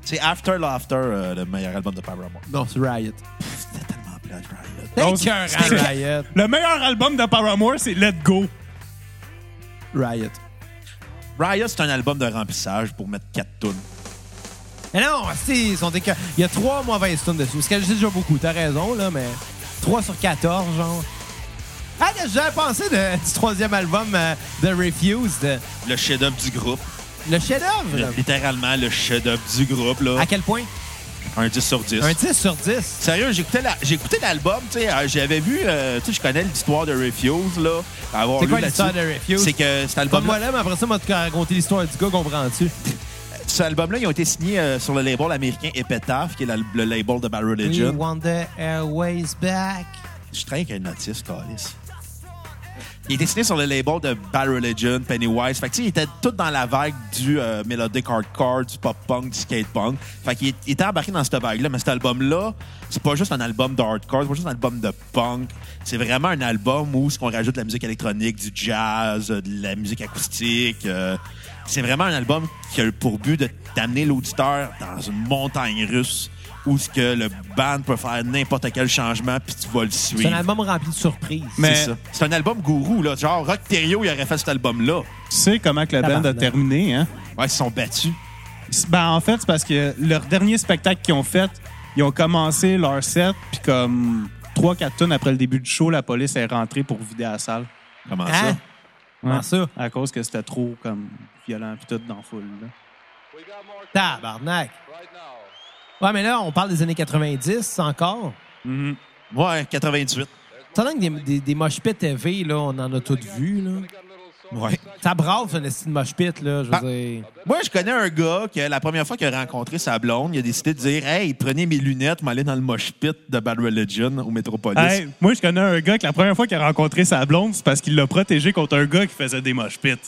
[SPEAKER 1] C'est After Laughter, euh, le meilleur album de Paramore.
[SPEAKER 2] Non, c'est Riot.
[SPEAKER 1] Pff, C'était tellement plat, Riot.
[SPEAKER 3] Non, c'est-
[SPEAKER 2] Écœurant,
[SPEAKER 3] c'est-
[SPEAKER 2] Riot.
[SPEAKER 3] Le meilleur album de Paramore, c'est Let Go.
[SPEAKER 2] Riot.
[SPEAKER 1] Riot, c'est un album de remplissage pour mettre 4 tunes.
[SPEAKER 2] Mais non, si, ils sont écœurants. Il y a trois mauvaises tunes dessus. Ce que je dis déjà beaucoup, t'as raison, là, mais 3 sur 14, genre. Ah, j'avais pensé de- du troisième album euh, de Refused, euh,
[SPEAKER 1] Le chef-d'œuvre du groupe.
[SPEAKER 2] le chef-d'œuvre.
[SPEAKER 1] Littéralement, le chef-d'œuvre du groupe, là.
[SPEAKER 2] À quel point?
[SPEAKER 1] Un 10 sur 10.
[SPEAKER 2] Un 10 sur 10.
[SPEAKER 1] Sérieux, j'écoutais la- j'écoutais l'album, tu sais, euh, j'avais vu, euh, tu sais, je connais l'histoire de Refuse, là. avoir
[SPEAKER 2] C'est
[SPEAKER 1] lu
[SPEAKER 2] quoi
[SPEAKER 1] là-dessus.
[SPEAKER 2] l'histoire de Refuse?
[SPEAKER 1] C'est que cet
[SPEAKER 2] Comme
[SPEAKER 1] album-là,
[SPEAKER 2] moi là, mais après ça, m'a raconté l'histoire du gars, comprends-tu?
[SPEAKER 1] cet album-là, ils ont été signés euh, sur le label américain Epitaph, qui est la- le label de Bad Religion.
[SPEAKER 2] We want the airways back.
[SPEAKER 1] Je traîne avec un autiste, Calis. Il était signé sur le label de Bad Religion, Pennywise. Fait que, tu sais, il était tout dans la vague du euh, melodic hardcore, du pop-punk, du skate-punk. Fait qu'il il était embarqué dans cette vague-là. Mais cet album-là, c'est pas juste un album de hardcore, c'est pas juste un album de punk. C'est vraiment un album où ce qu'on rajoute de la musique électronique, du jazz, euh, de la musique acoustique. euh, c'est vraiment un album qui a pour but de- d'amener l'auditeur dans une montagne russe où ce que le band peut faire n'importe quel changement puis tu vas le suivre.
[SPEAKER 2] C'est un album rempli de surprises.
[SPEAKER 3] Mais-
[SPEAKER 1] C'est ça. C'est un album gourou, là. Genre, Rock Terrio, il aurait fait cet album-là.
[SPEAKER 3] Tu sais comment que la band a
[SPEAKER 2] Tabarnak.
[SPEAKER 3] terminé, hein?
[SPEAKER 1] Ouais, ils se sont battus.
[SPEAKER 3] Ben, en fait, c'est parce que leur dernier spectacle qu'ils ont fait, ils ont commencé leur set, puis comme 3-4 tonnes après le début du show, la police est rentrée pour vider la salle.
[SPEAKER 1] Comment
[SPEAKER 2] Hein?
[SPEAKER 1] ça?
[SPEAKER 2] Comment
[SPEAKER 3] Ouais.
[SPEAKER 2] ça?
[SPEAKER 3] À cause que c'était trop comme violent puis tout dans la foule. là.
[SPEAKER 4] We got more
[SPEAKER 2] Tabarnak.
[SPEAKER 4] right now.
[SPEAKER 2] Ouais, mais là, on parle des années 90 encore.
[SPEAKER 1] Ouais, 98.
[SPEAKER 2] Ça donne que des, des, des mosh pits élevés, là, on en a toutes vu, là.
[SPEAKER 4] Got a little
[SPEAKER 1] Ouais.
[SPEAKER 2] Ça brave, un style de mosh pit, là, je veux
[SPEAKER 1] Ah.
[SPEAKER 2] dire.
[SPEAKER 1] Moi, je connais un gars que la première fois qu'il a rencontré sa blonde, il a décidé de dire Hey, prenez mes lunettes, m'aller dans le mosh pit de Bad Religion au Metropolis.
[SPEAKER 3] Hey, moi, je connais un gars que la première fois qu'il a rencontré sa blonde, c'est parce qu'il l'a protégé contre un gars qui faisait des moches
[SPEAKER 2] (laughs)
[SPEAKER 3] pits.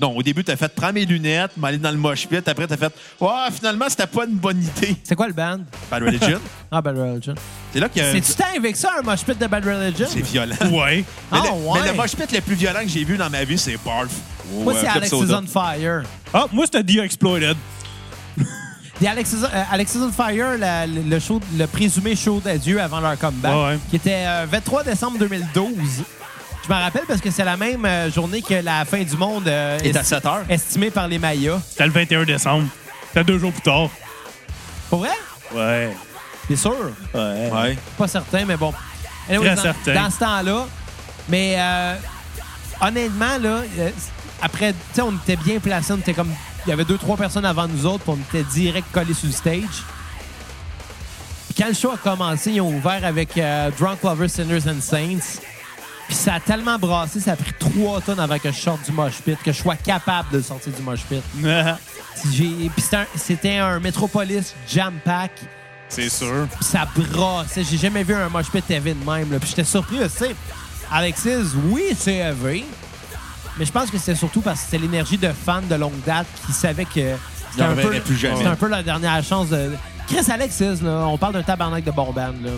[SPEAKER 1] Non, au début, t'as fait Prends mes lunettes, m'aller dans le mosh pit. Après, t'as fait Ouais, finalement, c'était pas une bonne idée.
[SPEAKER 2] C'est quoi le band?
[SPEAKER 1] Bad Religion.
[SPEAKER 2] Ah, Bad Religion.
[SPEAKER 1] C'est là qu'il y a un-
[SPEAKER 2] C'est-tu tant avec ça, un mosh pit de Bad Religion?
[SPEAKER 1] Euh, C'est violent.
[SPEAKER 3] Ouais.
[SPEAKER 1] Mais,
[SPEAKER 2] Ah,
[SPEAKER 1] le,
[SPEAKER 2] ouais.
[SPEAKER 1] mais le mosh pit le plus violent que j'ai vu dans ma vie, c'est Barf.
[SPEAKER 2] Moi,
[SPEAKER 1] Ouais,
[SPEAKER 2] c'est
[SPEAKER 1] Club
[SPEAKER 2] Alex is
[SPEAKER 1] Soda.
[SPEAKER 2] on fire.
[SPEAKER 3] Ah, moi, c'était The Exploited.
[SPEAKER 2] Puis Alex is, euh, Alex is on fire, la- le, le show, le présumé show d'adieu avant leur comeback,
[SPEAKER 3] Ouais, ouais.
[SPEAKER 2] qui était euh, 23 décembre 2012. Je m'en rappelle parce que c'est la même euh, journée que la fin du monde euh,
[SPEAKER 1] Il est à
[SPEAKER 2] esti-
[SPEAKER 1] 7 heures.
[SPEAKER 2] estimée par les Mayas.
[SPEAKER 3] C'était le 21 décembre. C'était deux jours plus tard.
[SPEAKER 2] Pour vrai?
[SPEAKER 3] Ouais.
[SPEAKER 2] C'est sûr.
[SPEAKER 3] Ouais.
[SPEAKER 1] Ouais.
[SPEAKER 2] Pas certain, mais bon. Anyway,
[SPEAKER 3] Très
[SPEAKER 2] dans,
[SPEAKER 3] certain.
[SPEAKER 2] Dans ce temps-là. Mais euh, honnêtement, là, euh, après, tu sais, on était bien placés. On était comme. Il y avait deux, trois personnes avant nous autres, puis on était direct collés sur le stage. Puis quand le show a commencé, ils ont ouvert avec euh, Drunk Lovers, Sinners and Saints. Puis ça a tellement brassé, ça a pris trois tonnes avant que je sorte du mosh pit, que je sois capable de sortir du mosh pit.
[SPEAKER 3] (laughs)
[SPEAKER 2] J'ai- Puis c'était un- c'était un, Metropolis Jam Pack.
[SPEAKER 3] c'est sûr.
[SPEAKER 2] Pis ça brassait. J'ai jamais vu un mosh pit TV de même. là. Puis j'étais surpris aussi. Alexis, oui, c'est élevé. Mais je pense que c'était surtout parce que c'était l'énergie de fans de longue date qui savaient que c'était
[SPEAKER 1] en
[SPEAKER 2] un, peu,
[SPEAKER 1] reverraient plus jamais.
[SPEAKER 2] c'était un peu la dernière chance de. Chris Alexis, là, on parle d'un tabarnak de Borban. Là.
[SPEAKER 1] Mais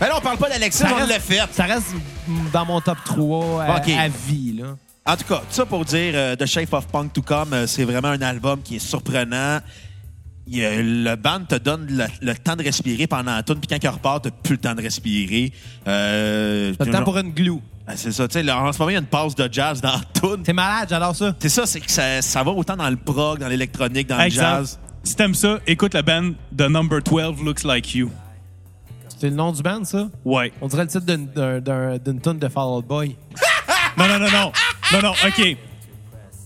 [SPEAKER 1] Ben là, on parle pas d'Alexis,
[SPEAKER 2] Ça
[SPEAKER 1] on
[SPEAKER 2] reste-
[SPEAKER 1] l'a fait.
[SPEAKER 2] Ça reste dans mon top 3 à,
[SPEAKER 1] Ok.
[SPEAKER 2] à vie. Là.
[SPEAKER 1] En tout cas, tout ça pour dire euh, The Shape of Punk to Come, euh, c'est vraiment un album qui est surprenant. Il y a- le band te donne le, le temps de respirer pendant la tune, puis quand il repart, t'as plus le temps de respirer. Euh,
[SPEAKER 2] T'as le temps
[SPEAKER 1] genre-
[SPEAKER 2] pour une glue.
[SPEAKER 1] Ah, C'est ça, tu sais, là, en ce moment, il y a une pause de jazz dans la tune.
[SPEAKER 2] T'es malade, j'adore ça.
[SPEAKER 1] C'est ça, c'est que ça, ça va autant dans le prog, dans l'électronique, dans le jazz.
[SPEAKER 3] Si t'aimes ça, écoute la band The Number 12 Looks Like You.
[SPEAKER 2] C'est le nom du band, ça?
[SPEAKER 3] Ouais.
[SPEAKER 2] On dirait le titre d'une- d'un- d'un- d'une tune de Fall Out Boy.
[SPEAKER 3] Non, non, non, non. Non, non, OK.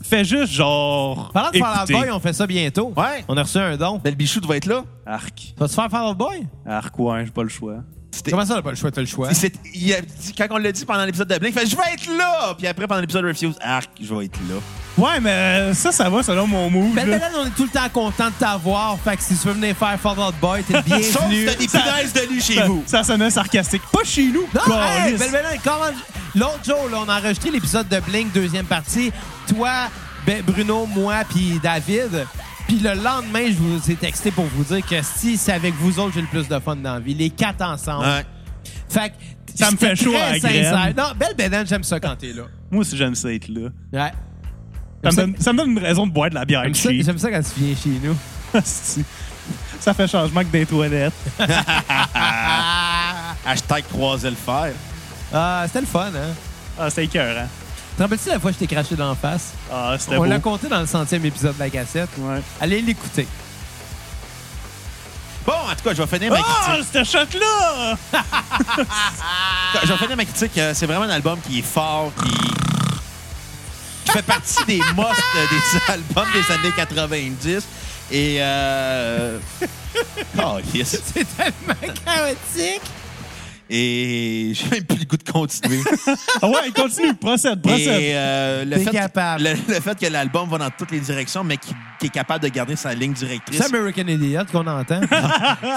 [SPEAKER 3] Fais juste genre.
[SPEAKER 2] Parlant de Fall Out
[SPEAKER 3] écouter.
[SPEAKER 2] Boy, on fait ça bientôt.
[SPEAKER 1] Ouais.
[SPEAKER 2] On a reçu un don.
[SPEAKER 1] Ben, le Bichou devait être là.
[SPEAKER 3] Arc.
[SPEAKER 2] Vas-tu faire Fall Out Boy?
[SPEAKER 3] Arc, ouais, j'ai pas le choix.
[SPEAKER 1] C'était-
[SPEAKER 2] Comment ça, t'as pas le choix? T'as le choix.
[SPEAKER 1] il s'est- il a dit- quand on l'a dit pendant l'épisode de Blink, il fait Je vais être là! Puis après, pendant l'épisode de Refuse, Arc, je vais être là.
[SPEAKER 3] Ouais, mais ça, ça va selon mon mood.
[SPEAKER 2] Ben,
[SPEAKER 3] là.
[SPEAKER 2] Belen, on est tout le temps content de t'avoir. Fait que si tu veux venir faire Fall Out Boy, (laughs) t'es le
[SPEAKER 1] Sauf que
[SPEAKER 2] bienvenu.
[SPEAKER 1] t'as des
[SPEAKER 3] Ça-
[SPEAKER 1] punaises de lit
[SPEAKER 2] Ben,
[SPEAKER 1] chez
[SPEAKER 3] Ça-
[SPEAKER 1] vous.
[SPEAKER 3] Ça sonnait sarcastique. Pas chez nous.
[SPEAKER 2] Non, Ah, hey, ben,
[SPEAKER 3] Calisse.
[SPEAKER 2] Belle Belen, comment... L'autre jour, là, on a enregistré l'épisode de Blink, deuxième partie. Toi, ben, Bruno, moi, puis David. Puis le lendemain, je vous ai texté pour vous dire que si c'est avec vous autres, j'ai le plus de fun dans la vie. Les quatre ensemble.
[SPEAKER 1] Ouais.
[SPEAKER 2] Fait que...
[SPEAKER 3] Ça me fait
[SPEAKER 2] c'était
[SPEAKER 3] chaud
[SPEAKER 2] très
[SPEAKER 3] à la
[SPEAKER 2] sincère.
[SPEAKER 3] graine.
[SPEAKER 2] Non, Belle Belen, j'aime ça quand t'es là.
[SPEAKER 3] Moi aussi, j'aime ça être là.
[SPEAKER 2] Ouais.
[SPEAKER 3] Ça me,
[SPEAKER 2] ça-
[SPEAKER 3] donne, ça me donne une raison de boire de la bière
[SPEAKER 2] J'aime ça,
[SPEAKER 3] cheap.
[SPEAKER 2] j'aime ça quand tu viens chez nous.
[SPEAKER 3] Hostie. (laughs) ça fait changement que des toilettes.
[SPEAKER 1] Hashtag croiser le fer.
[SPEAKER 2] Ah, c'était le fun, hein?
[SPEAKER 3] Ah, c'était écœurant.
[SPEAKER 2] Te rappelles-tu la fois que je t'ai craché dans la face?
[SPEAKER 3] Ah, c'était
[SPEAKER 2] On
[SPEAKER 3] beau.
[SPEAKER 2] l'a compté dans le centième épisode de la cassette.
[SPEAKER 3] Ouais.
[SPEAKER 2] Allez l'écouter.
[SPEAKER 1] Bon, en tout cas, je vais
[SPEAKER 2] Ah,
[SPEAKER 1] finir ma critique.
[SPEAKER 3] Oh, ce shot-là!
[SPEAKER 1] Je vais finir ma critique. euh, C'est vraiment un album qui est fort, qui, qui fait partie
[SPEAKER 2] (laughs)
[SPEAKER 1] des must euh, des albums des années 90. Et.
[SPEAKER 2] (laughs)
[SPEAKER 1] Euh... Oh, yes.
[SPEAKER 2] C'est tellement chaotique!
[SPEAKER 1] Et j'ai même plus le goût de
[SPEAKER 2] (laughs)
[SPEAKER 1] continuer.
[SPEAKER 3] Ah ouais, continue, procède, procède.
[SPEAKER 1] Et euh, le,
[SPEAKER 2] T'es
[SPEAKER 1] fait
[SPEAKER 2] capable.
[SPEAKER 1] le, le fait que l'album va dans toutes les directions, mais qui, qui est capable de garder sa ligne
[SPEAKER 2] C'est
[SPEAKER 1] directrice,
[SPEAKER 2] American Idiot qu'on entend.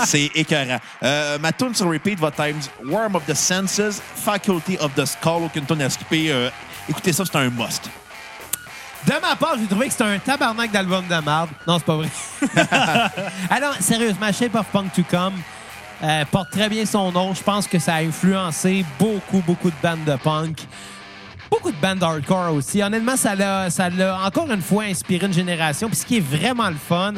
[SPEAKER 1] c'est écœurant. Euh, ma tune sur repeat va times Worm of the Senses, Faculty of the Skull, aucune tune à skipper. Euh, écoutez ça, c'est un must.
[SPEAKER 2] De ma part, j'ai trouvé que c'était un tabarnak d'album de merde. Non, c'est pas vrai. Alors, sérieusement, Shape of Punk to Come euh, porte très bien son nom. Je pense que ça a influencé beaucoup, beaucoup de bandes de punk. Beaucoup de bandes hardcore aussi. Honnêtement, ça l'a, ça l'a encore une fois inspiré une génération. Puis ce qui est vraiment le fun,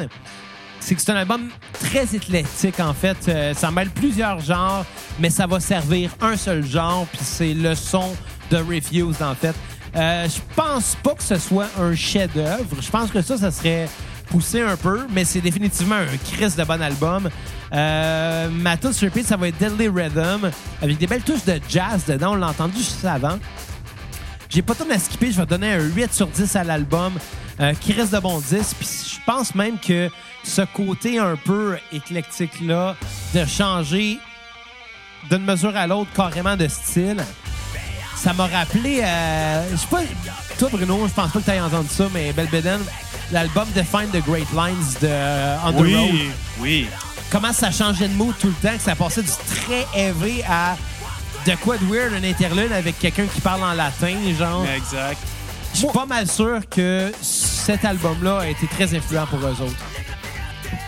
[SPEAKER 2] c'est que c'est un album très éclectique, en fait. Euh, ça mêle plusieurs genres, mais ça va servir un seul genre, puis c'est le son de Refuse, en fait. Euh, je pense pas que ce soit un chef-d'œuvre. Je pense que ça, ça serait poussé un peu, mais c'est définitivement un Chris de bon album. Euh, ma touche sur repeat, ça va être Deadly Rhythm, avec des belles touches de jazz dedans. On l'a entendu juste avant. J'ai pas tant à skipper. Je vais donner un 8 sur 10 à l'album euh, qui reste de bon 10. Puis je pense même que ce côté un peu éclectique-là de changer d'une mesure à l'autre carrément de style, ça m'a rappelé... euh, je sais pas... Toi, Bruno, je pense pas que t'aies entendu ça, mais Belbeden, l'album Define the Great Lines de euh, (laughs) On the Road
[SPEAKER 3] Oui, oui.
[SPEAKER 2] comment ça changeait de mood tout le temps, que ça passait du très élevé à de quoi de weird, un interlude avec quelqu'un qui parle en latin,
[SPEAKER 3] Ben
[SPEAKER 2] genre.
[SPEAKER 3] Exact.
[SPEAKER 2] Je suis pas mal sûr que cet album-là a été très influent pour eux autres.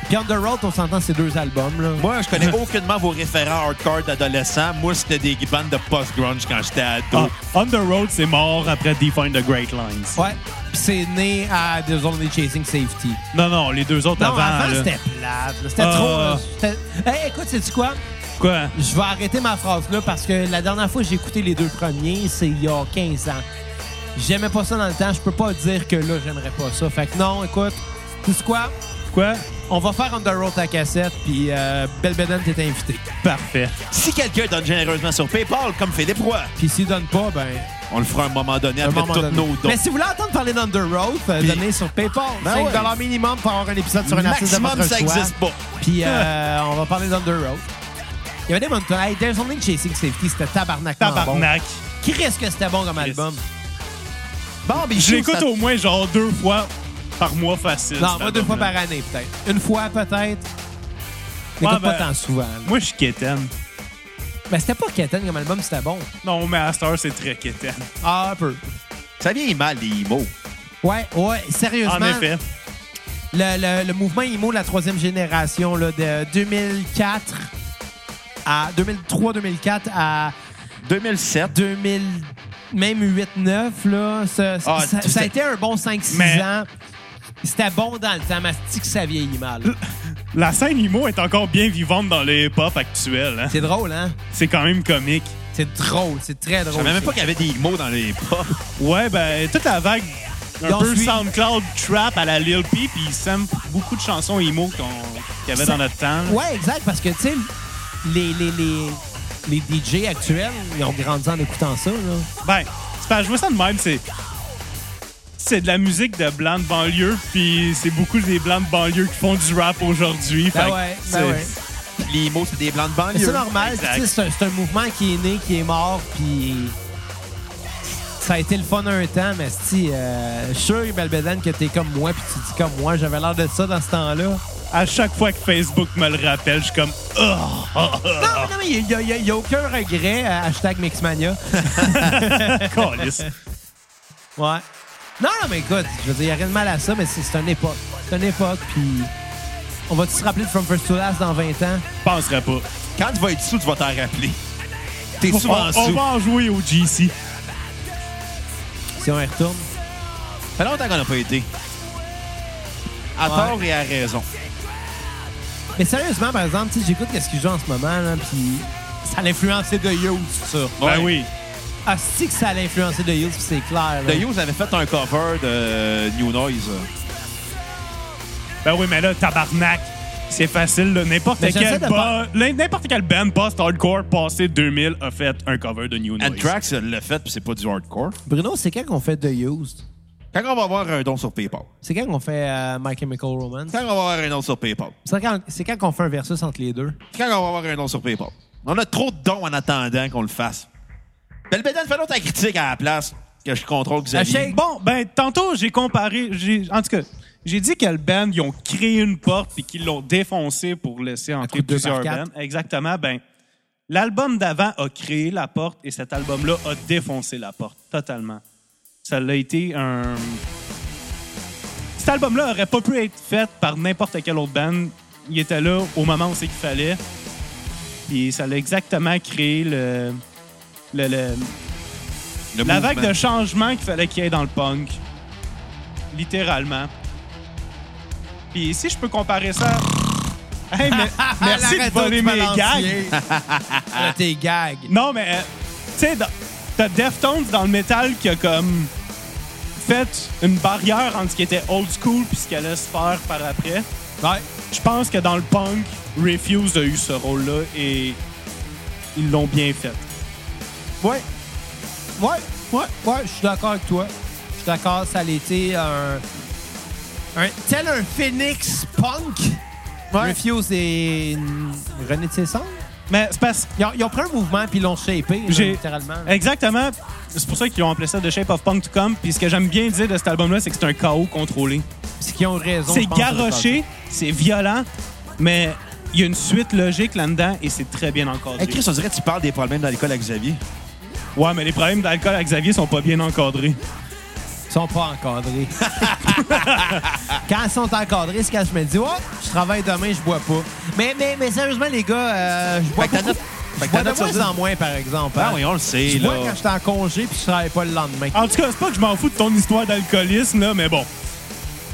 [SPEAKER 2] Puis On The Road, on s'entend ces deux albums, là.
[SPEAKER 1] Moi, je connais aucunement vos référents hardcore d'adolescents. Moi, c'était des bandes de post-grunge quand j'étais ado.
[SPEAKER 3] Ah, on the road, c'est mort après Define the Great Lines.
[SPEAKER 2] Ouais. Puis c'est né à The Only Chasing Safety.
[SPEAKER 3] Non, non, les deux autres
[SPEAKER 2] Non,
[SPEAKER 3] avant.
[SPEAKER 2] avant,
[SPEAKER 3] là.
[SPEAKER 2] c'était plate. là. C'était
[SPEAKER 3] Ah.
[SPEAKER 2] trop... là. C'était- Hey, écoute, sais-tu quoi?
[SPEAKER 3] Quoi?
[SPEAKER 2] Je vais arrêter ma phrase là parce que la dernière fois que j'ai écouté les deux premiers, c'est il y a 15 ans. J'aimais pas ça dans le temps. Je peux pas dire que là, j'aimerais pas ça. Fait que non, écoute, tu sais quoi?
[SPEAKER 3] Quoi?
[SPEAKER 2] On va faire On The Road à cassette, puis euh, Belbeden, t'es invité.
[SPEAKER 3] Parfait.
[SPEAKER 1] Si quelqu'un donne généreusement sur PayPal, comme Philippe Roy,
[SPEAKER 2] Puis s'il donne pas, ben,
[SPEAKER 1] on le fera à un moment donné
[SPEAKER 2] à un
[SPEAKER 1] après
[SPEAKER 2] moment
[SPEAKER 1] tous
[SPEAKER 2] donné.
[SPEAKER 1] nos dons.
[SPEAKER 2] Mais si vous voulez entendre parler d'On The Road, euh,
[SPEAKER 1] Puis-
[SPEAKER 2] donnez sur PayPal.
[SPEAKER 1] Ben
[SPEAKER 2] 5
[SPEAKER 1] ouais.
[SPEAKER 2] dollars minimum pour avoir un épisode sur un artiste de
[SPEAKER 1] Maximum,
[SPEAKER 2] votre
[SPEAKER 1] ça
[SPEAKER 2] choix.
[SPEAKER 1] existe pas.
[SPEAKER 2] Puis euh, on va parler d'On The Road. Il y avait des bonnes tunes. Hey, There's Only Chasing Safety, c'était tabarnak.
[SPEAKER 3] Tabarnak.
[SPEAKER 2] Qui risque que c'était bon comme
[SPEAKER 3] Christ.
[SPEAKER 2] album?
[SPEAKER 1] Bon, ben,
[SPEAKER 3] Je l'écoute
[SPEAKER 1] ça-
[SPEAKER 3] au moins genre deux fois par mois facile.
[SPEAKER 2] Non,
[SPEAKER 3] cet
[SPEAKER 2] moi deux fois
[SPEAKER 3] album-là.
[SPEAKER 2] par année, peut-être. Une fois, peut-être. T'écoutes
[SPEAKER 3] Ouais, ben-
[SPEAKER 2] pas tant souvent. là.
[SPEAKER 3] Moi, je suis quétaine.
[SPEAKER 2] Mais c'était pas Keten comme album, c'était bon.
[SPEAKER 3] Non, mais à cette heure, c'est très quétaine.
[SPEAKER 2] Ah, un peu.
[SPEAKER 1] Ça vient mal, les mots.
[SPEAKER 2] Ouais, ouais,
[SPEAKER 3] En
[SPEAKER 1] Ah,
[SPEAKER 2] sérieusement.
[SPEAKER 3] effet.
[SPEAKER 2] Le, le- le mouvement IMO de la troisième génération, là, de euh, 2004 à 2003-2004 à
[SPEAKER 1] 2007.
[SPEAKER 2] 2000, même 8-9, là, ça,
[SPEAKER 1] Ah,
[SPEAKER 2] ça-
[SPEAKER 1] tu
[SPEAKER 2] ça a
[SPEAKER 1] sais-
[SPEAKER 2] été un bon 5-6
[SPEAKER 3] Mais-
[SPEAKER 2] ans. C'était bon dans le temps, mais c'est-tu que ça vieillit mal.
[SPEAKER 3] La scène emo est encore bien vivante dans le hip-hop actuel. hein.
[SPEAKER 2] C'est drôle, hein?
[SPEAKER 3] C'est quand même comique.
[SPEAKER 2] C'est drôle, c'est très drôle.
[SPEAKER 1] Je savais même pas qu'il y avait des mots dans les pas.
[SPEAKER 3] Ouais, ben, toute la vague un
[SPEAKER 2] Ils ont
[SPEAKER 3] peu
[SPEAKER 2] suivi.
[SPEAKER 3] SoundCloud trap à la Lil Peep, puis ils samplent beaucoup de chansons emo qu'on- qu'il y avait dans notre temps. là.
[SPEAKER 2] Ouais, exact, parce que, tu sais, les, les, les, les DJ actuels, ils ont grandi en écoutant ça, là.
[SPEAKER 3] Ben, c'est pas, je vois ça de même, c'est. C'est de la musique de blancs de banlieue, puis c'est beaucoup des blancs de banlieue qui font du rap
[SPEAKER 2] Ben
[SPEAKER 3] aujourd'hui. fait que
[SPEAKER 2] ouais, ben
[SPEAKER 3] c'est-
[SPEAKER 2] ouais.
[SPEAKER 1] Les mots, c'est des blancs de
[SPEAKER 2] Mais
[SPEAKER 1] banlieue.
[SPEAKER 2] c'est normal,
[SPEAKER 3] Exact.
[SPEAKER 2] tu sais, c'est un- c'est un mouvement qui est né, qui est mort, puis ça a été le fun un temps, mais si, euh, je suis sûr, Belbédane, que t'es comme moi, puis tu dis comme moi, j'avais l'air de ça dans ce temps-là.
[SPEAKER 3] À chaque fois que Facebook me le rappelle, je suis comme. (laughs) Oh, oh,
[SPEAKER 2] Non, mais non, mais il n'y a, aucun regret, euh, hashtag Mixmania.
[SPEAKER 3] calice.
[SPEAKER 2] Ouais. Non, non, mais écoute, je veux dire, il n'y a rien de mal à ça, mais c'est c'est une époque. C'est une époque, puis on va-tu se rappeler de From First to Last dans 20 ans?
[SPEAKER 3] Penserais pas.
[SPEAKER 1] Quand tu vas être sous, tu vas t'en rappeler. T'es souvent
[SPEAKER 3] on, on
[SPEAKER 1] sous.
[SPEAKER 3] va en jouer au GC.
[SPEAKER 2] Si on y retourne.
[SPEAKER 1] Ça fait longtemps qu'on n'a pas été. À
[SPEAKER 2] Ouais.
[SPEAKER 1] tort et à raison.
[SPEAKER 2] Mais sérieusement, par exemple, tu sais, j'écoute qu'est-ce qu'ils jouent en ce moment, là, puis ça l'a influencé The Youth, ça.
[SPEAKER 3] Ben
[SPEAKER 1] Ouais.
[SPEAKER 3] oui.
[SPEAKER 2] Ah, si que ça l'a influencé The Youth, c'est clair. là.
[SPEAKER 1] The Hughes avait fait un cover de New Noise. euh,
[SPEAKER 3] Ben oui, mais là, tabarnak, c'est facile. là. N'importe
[SPEAKER 2] Mais j'essaie
[SPEAKER 3] quel,
[SPEAKER 2] de
[SPEAKER 3] ba- n'importe quel band post-hardcore passé 2000 a fait un cover de New Noise.
[SPEAKER 1] Anthrax l'a fait, puis c'est pas du hardcore.
[SPEAKER 2] Bruno, c'est quand qu'on fait The Youth?
[SPEAKER 1] Quand on va avoir un don sur PayPal.
[SPEAKER 2] C'est quand qu'on fait euh, My Chemical Romance?
[SPEAKER 1] Quand on va avoir un don sur PayPal.
[SPEAKER 2] C'est quand, c'est quand qu'on fait un versus entre les deux?
[SPEAKER 1] Quand on va avoir un don sur PayPal. On a trop de dons en attendant qu'on le fasse. Belbédane, fais donc ta critique à la place que je contrôle Xavier.
[SPEAKER 2] Achète-
[SPEAKER 3] Bon, ben, tantôt, j'ai comparé. j'ai- En tout cas, j'ai dit quel band, ils ont créé une porte puis qu'ils l'ont défoncée pour laisser
[SPEAKER 2] coup
[SPEAKER 3] entrer
[SPEAKER 2] de deux
[SPEAKER 3] plusieurs
[SPEAKER 2] par
[SPEAKER 3] bands.
[SPEAKER 2] quatre.
[SPEAKER 3] Exactement. Ben, l'album d'avant a créé la porte et cet album-là a défoncé la porte totalement. Ça l'a été un. Cet album-là aurait pas pu être fait par n'importe quel autre band. Il était là au moment où c'est qu'il fallait. Et ça l'a exactement créé le- le- le,
[SPEAKER 1] Le
[SPEAKER 3] la
[SPEAKER 1] mouvement.
[SPEAKER 3] vague de changement qu'il fallait qu'il y ait dans le punk. Littéralement. Puis si je peux comparer ça. (laughs) Hey, mais- merci de voler mes gags.
[SPEAKER 2] (laughs) Ah, tes gags.
[SPEAKER 3] Non, mais. euh, Tu sais, dans- t'as Deftones dans le métal qui a comme. fait une barrière entre ce qui était old school puis ce qui allait se faire par après.
[SPEAKER 2] Ouais.
[SPEAKER 3] Je pense que dans le punk, Refuse a eu ce rôle-là et. ils l'ont bien fait.
[SPEAKER 2] Ouais. Ouais. Ouais. Ouais, je suis d'accord avec toi. Je suis d'accord, ça a été un. un tel un phoenix punk.
[SPEAKER 1] Ouais.
[SPEAKER 2] Refuse et une renaissance.
[SPEAKER 3] Mais c'est parce
[SPEAKER 2] Ils ont, ils ont pris un mouvement puis ils l'ont shapé, là,
[SPEAKER 3] J'ai-
[SPEAKER 2] littéralement. là.
[SPEAKER 3] Exactement. C'est pour ça qu'ils ont appelé ça The Shape of Punk to Come. Puis ce que j'aime bien dire de cet album-là, c'est que c'est un chaos contrôlé.
[SPEAKER 2] Puis qu'ils ont raison.
[SPEAKER 3] C'est
[SPEAKER 2] je pense, de faire
[SPEAKER 3] garoché, c'est violent, mais il y a une suite logique là-dedans et c'est très bien encadré.
[SPEAKER 1] Hey, Chris, on dirait que tu parles des problèmes d'alcool à Xavier.
[SPEAKER 3] Ouais, mais les problèmes d'alcool à Xavier sont pas bien encadrés.
[SPEAKER 2] ça. Ils sont pas
[SPEAKER 1] (laughs)
[SPEAKER 2] encadrés. Quand ils sont encadrés, c'est quand je me dis, ouais, je travaille demain, je bois pas. Mais, mais, mais sérieusement, les gars, euh, je bois
[SPEAKER 1] Fait que ta
[SPEAKER 2] beaucoup.
[SPEAKER 1] note- fait
[SPEAKER 2] Je
[SPEAKER 1] que ta
[SPEAKER 2] bois de
[SPEAKER 1] note sur dix-
[SPEAKER 2] moins en moins, par exemple. hein.
[SPEAKER 1] Ah oui, on le sait,
[SPEAKER 2] Je
[SPEAKER 1] là.
[SPEAKER 2] vois quand je suis en congé puis je travaille pas le lendemain.
[SPEAKER 3] En tout cas, c'est pas que je m'en fous de ton histoire d'alcoolisme, là, mais bon.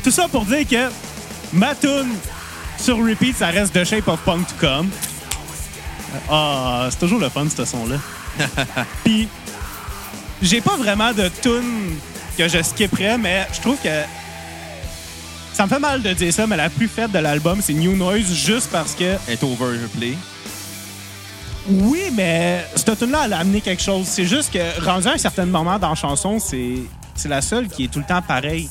[SPEAKER 3] Tout ça pour dire que ma tune sur repeat, ça reste The Shape of Punk to Come. Ah, c'est toujours le fun, ce son-là. Puis, j'ai pas vraiment de tune que je skipperais, mais je trouve que. Ça me fait mal de dire ça, mais la plus faible de l'album, c'est New Noise, juste parce que
[SPEAKER 1] Est overplay.
[SPEAKER 3] oui, mais cette tune-là, elle a amené quelque chose. C'est juste que, rendu à un certain moment dans la chanson, c'est c'est la seule qui est tout le temps pareille.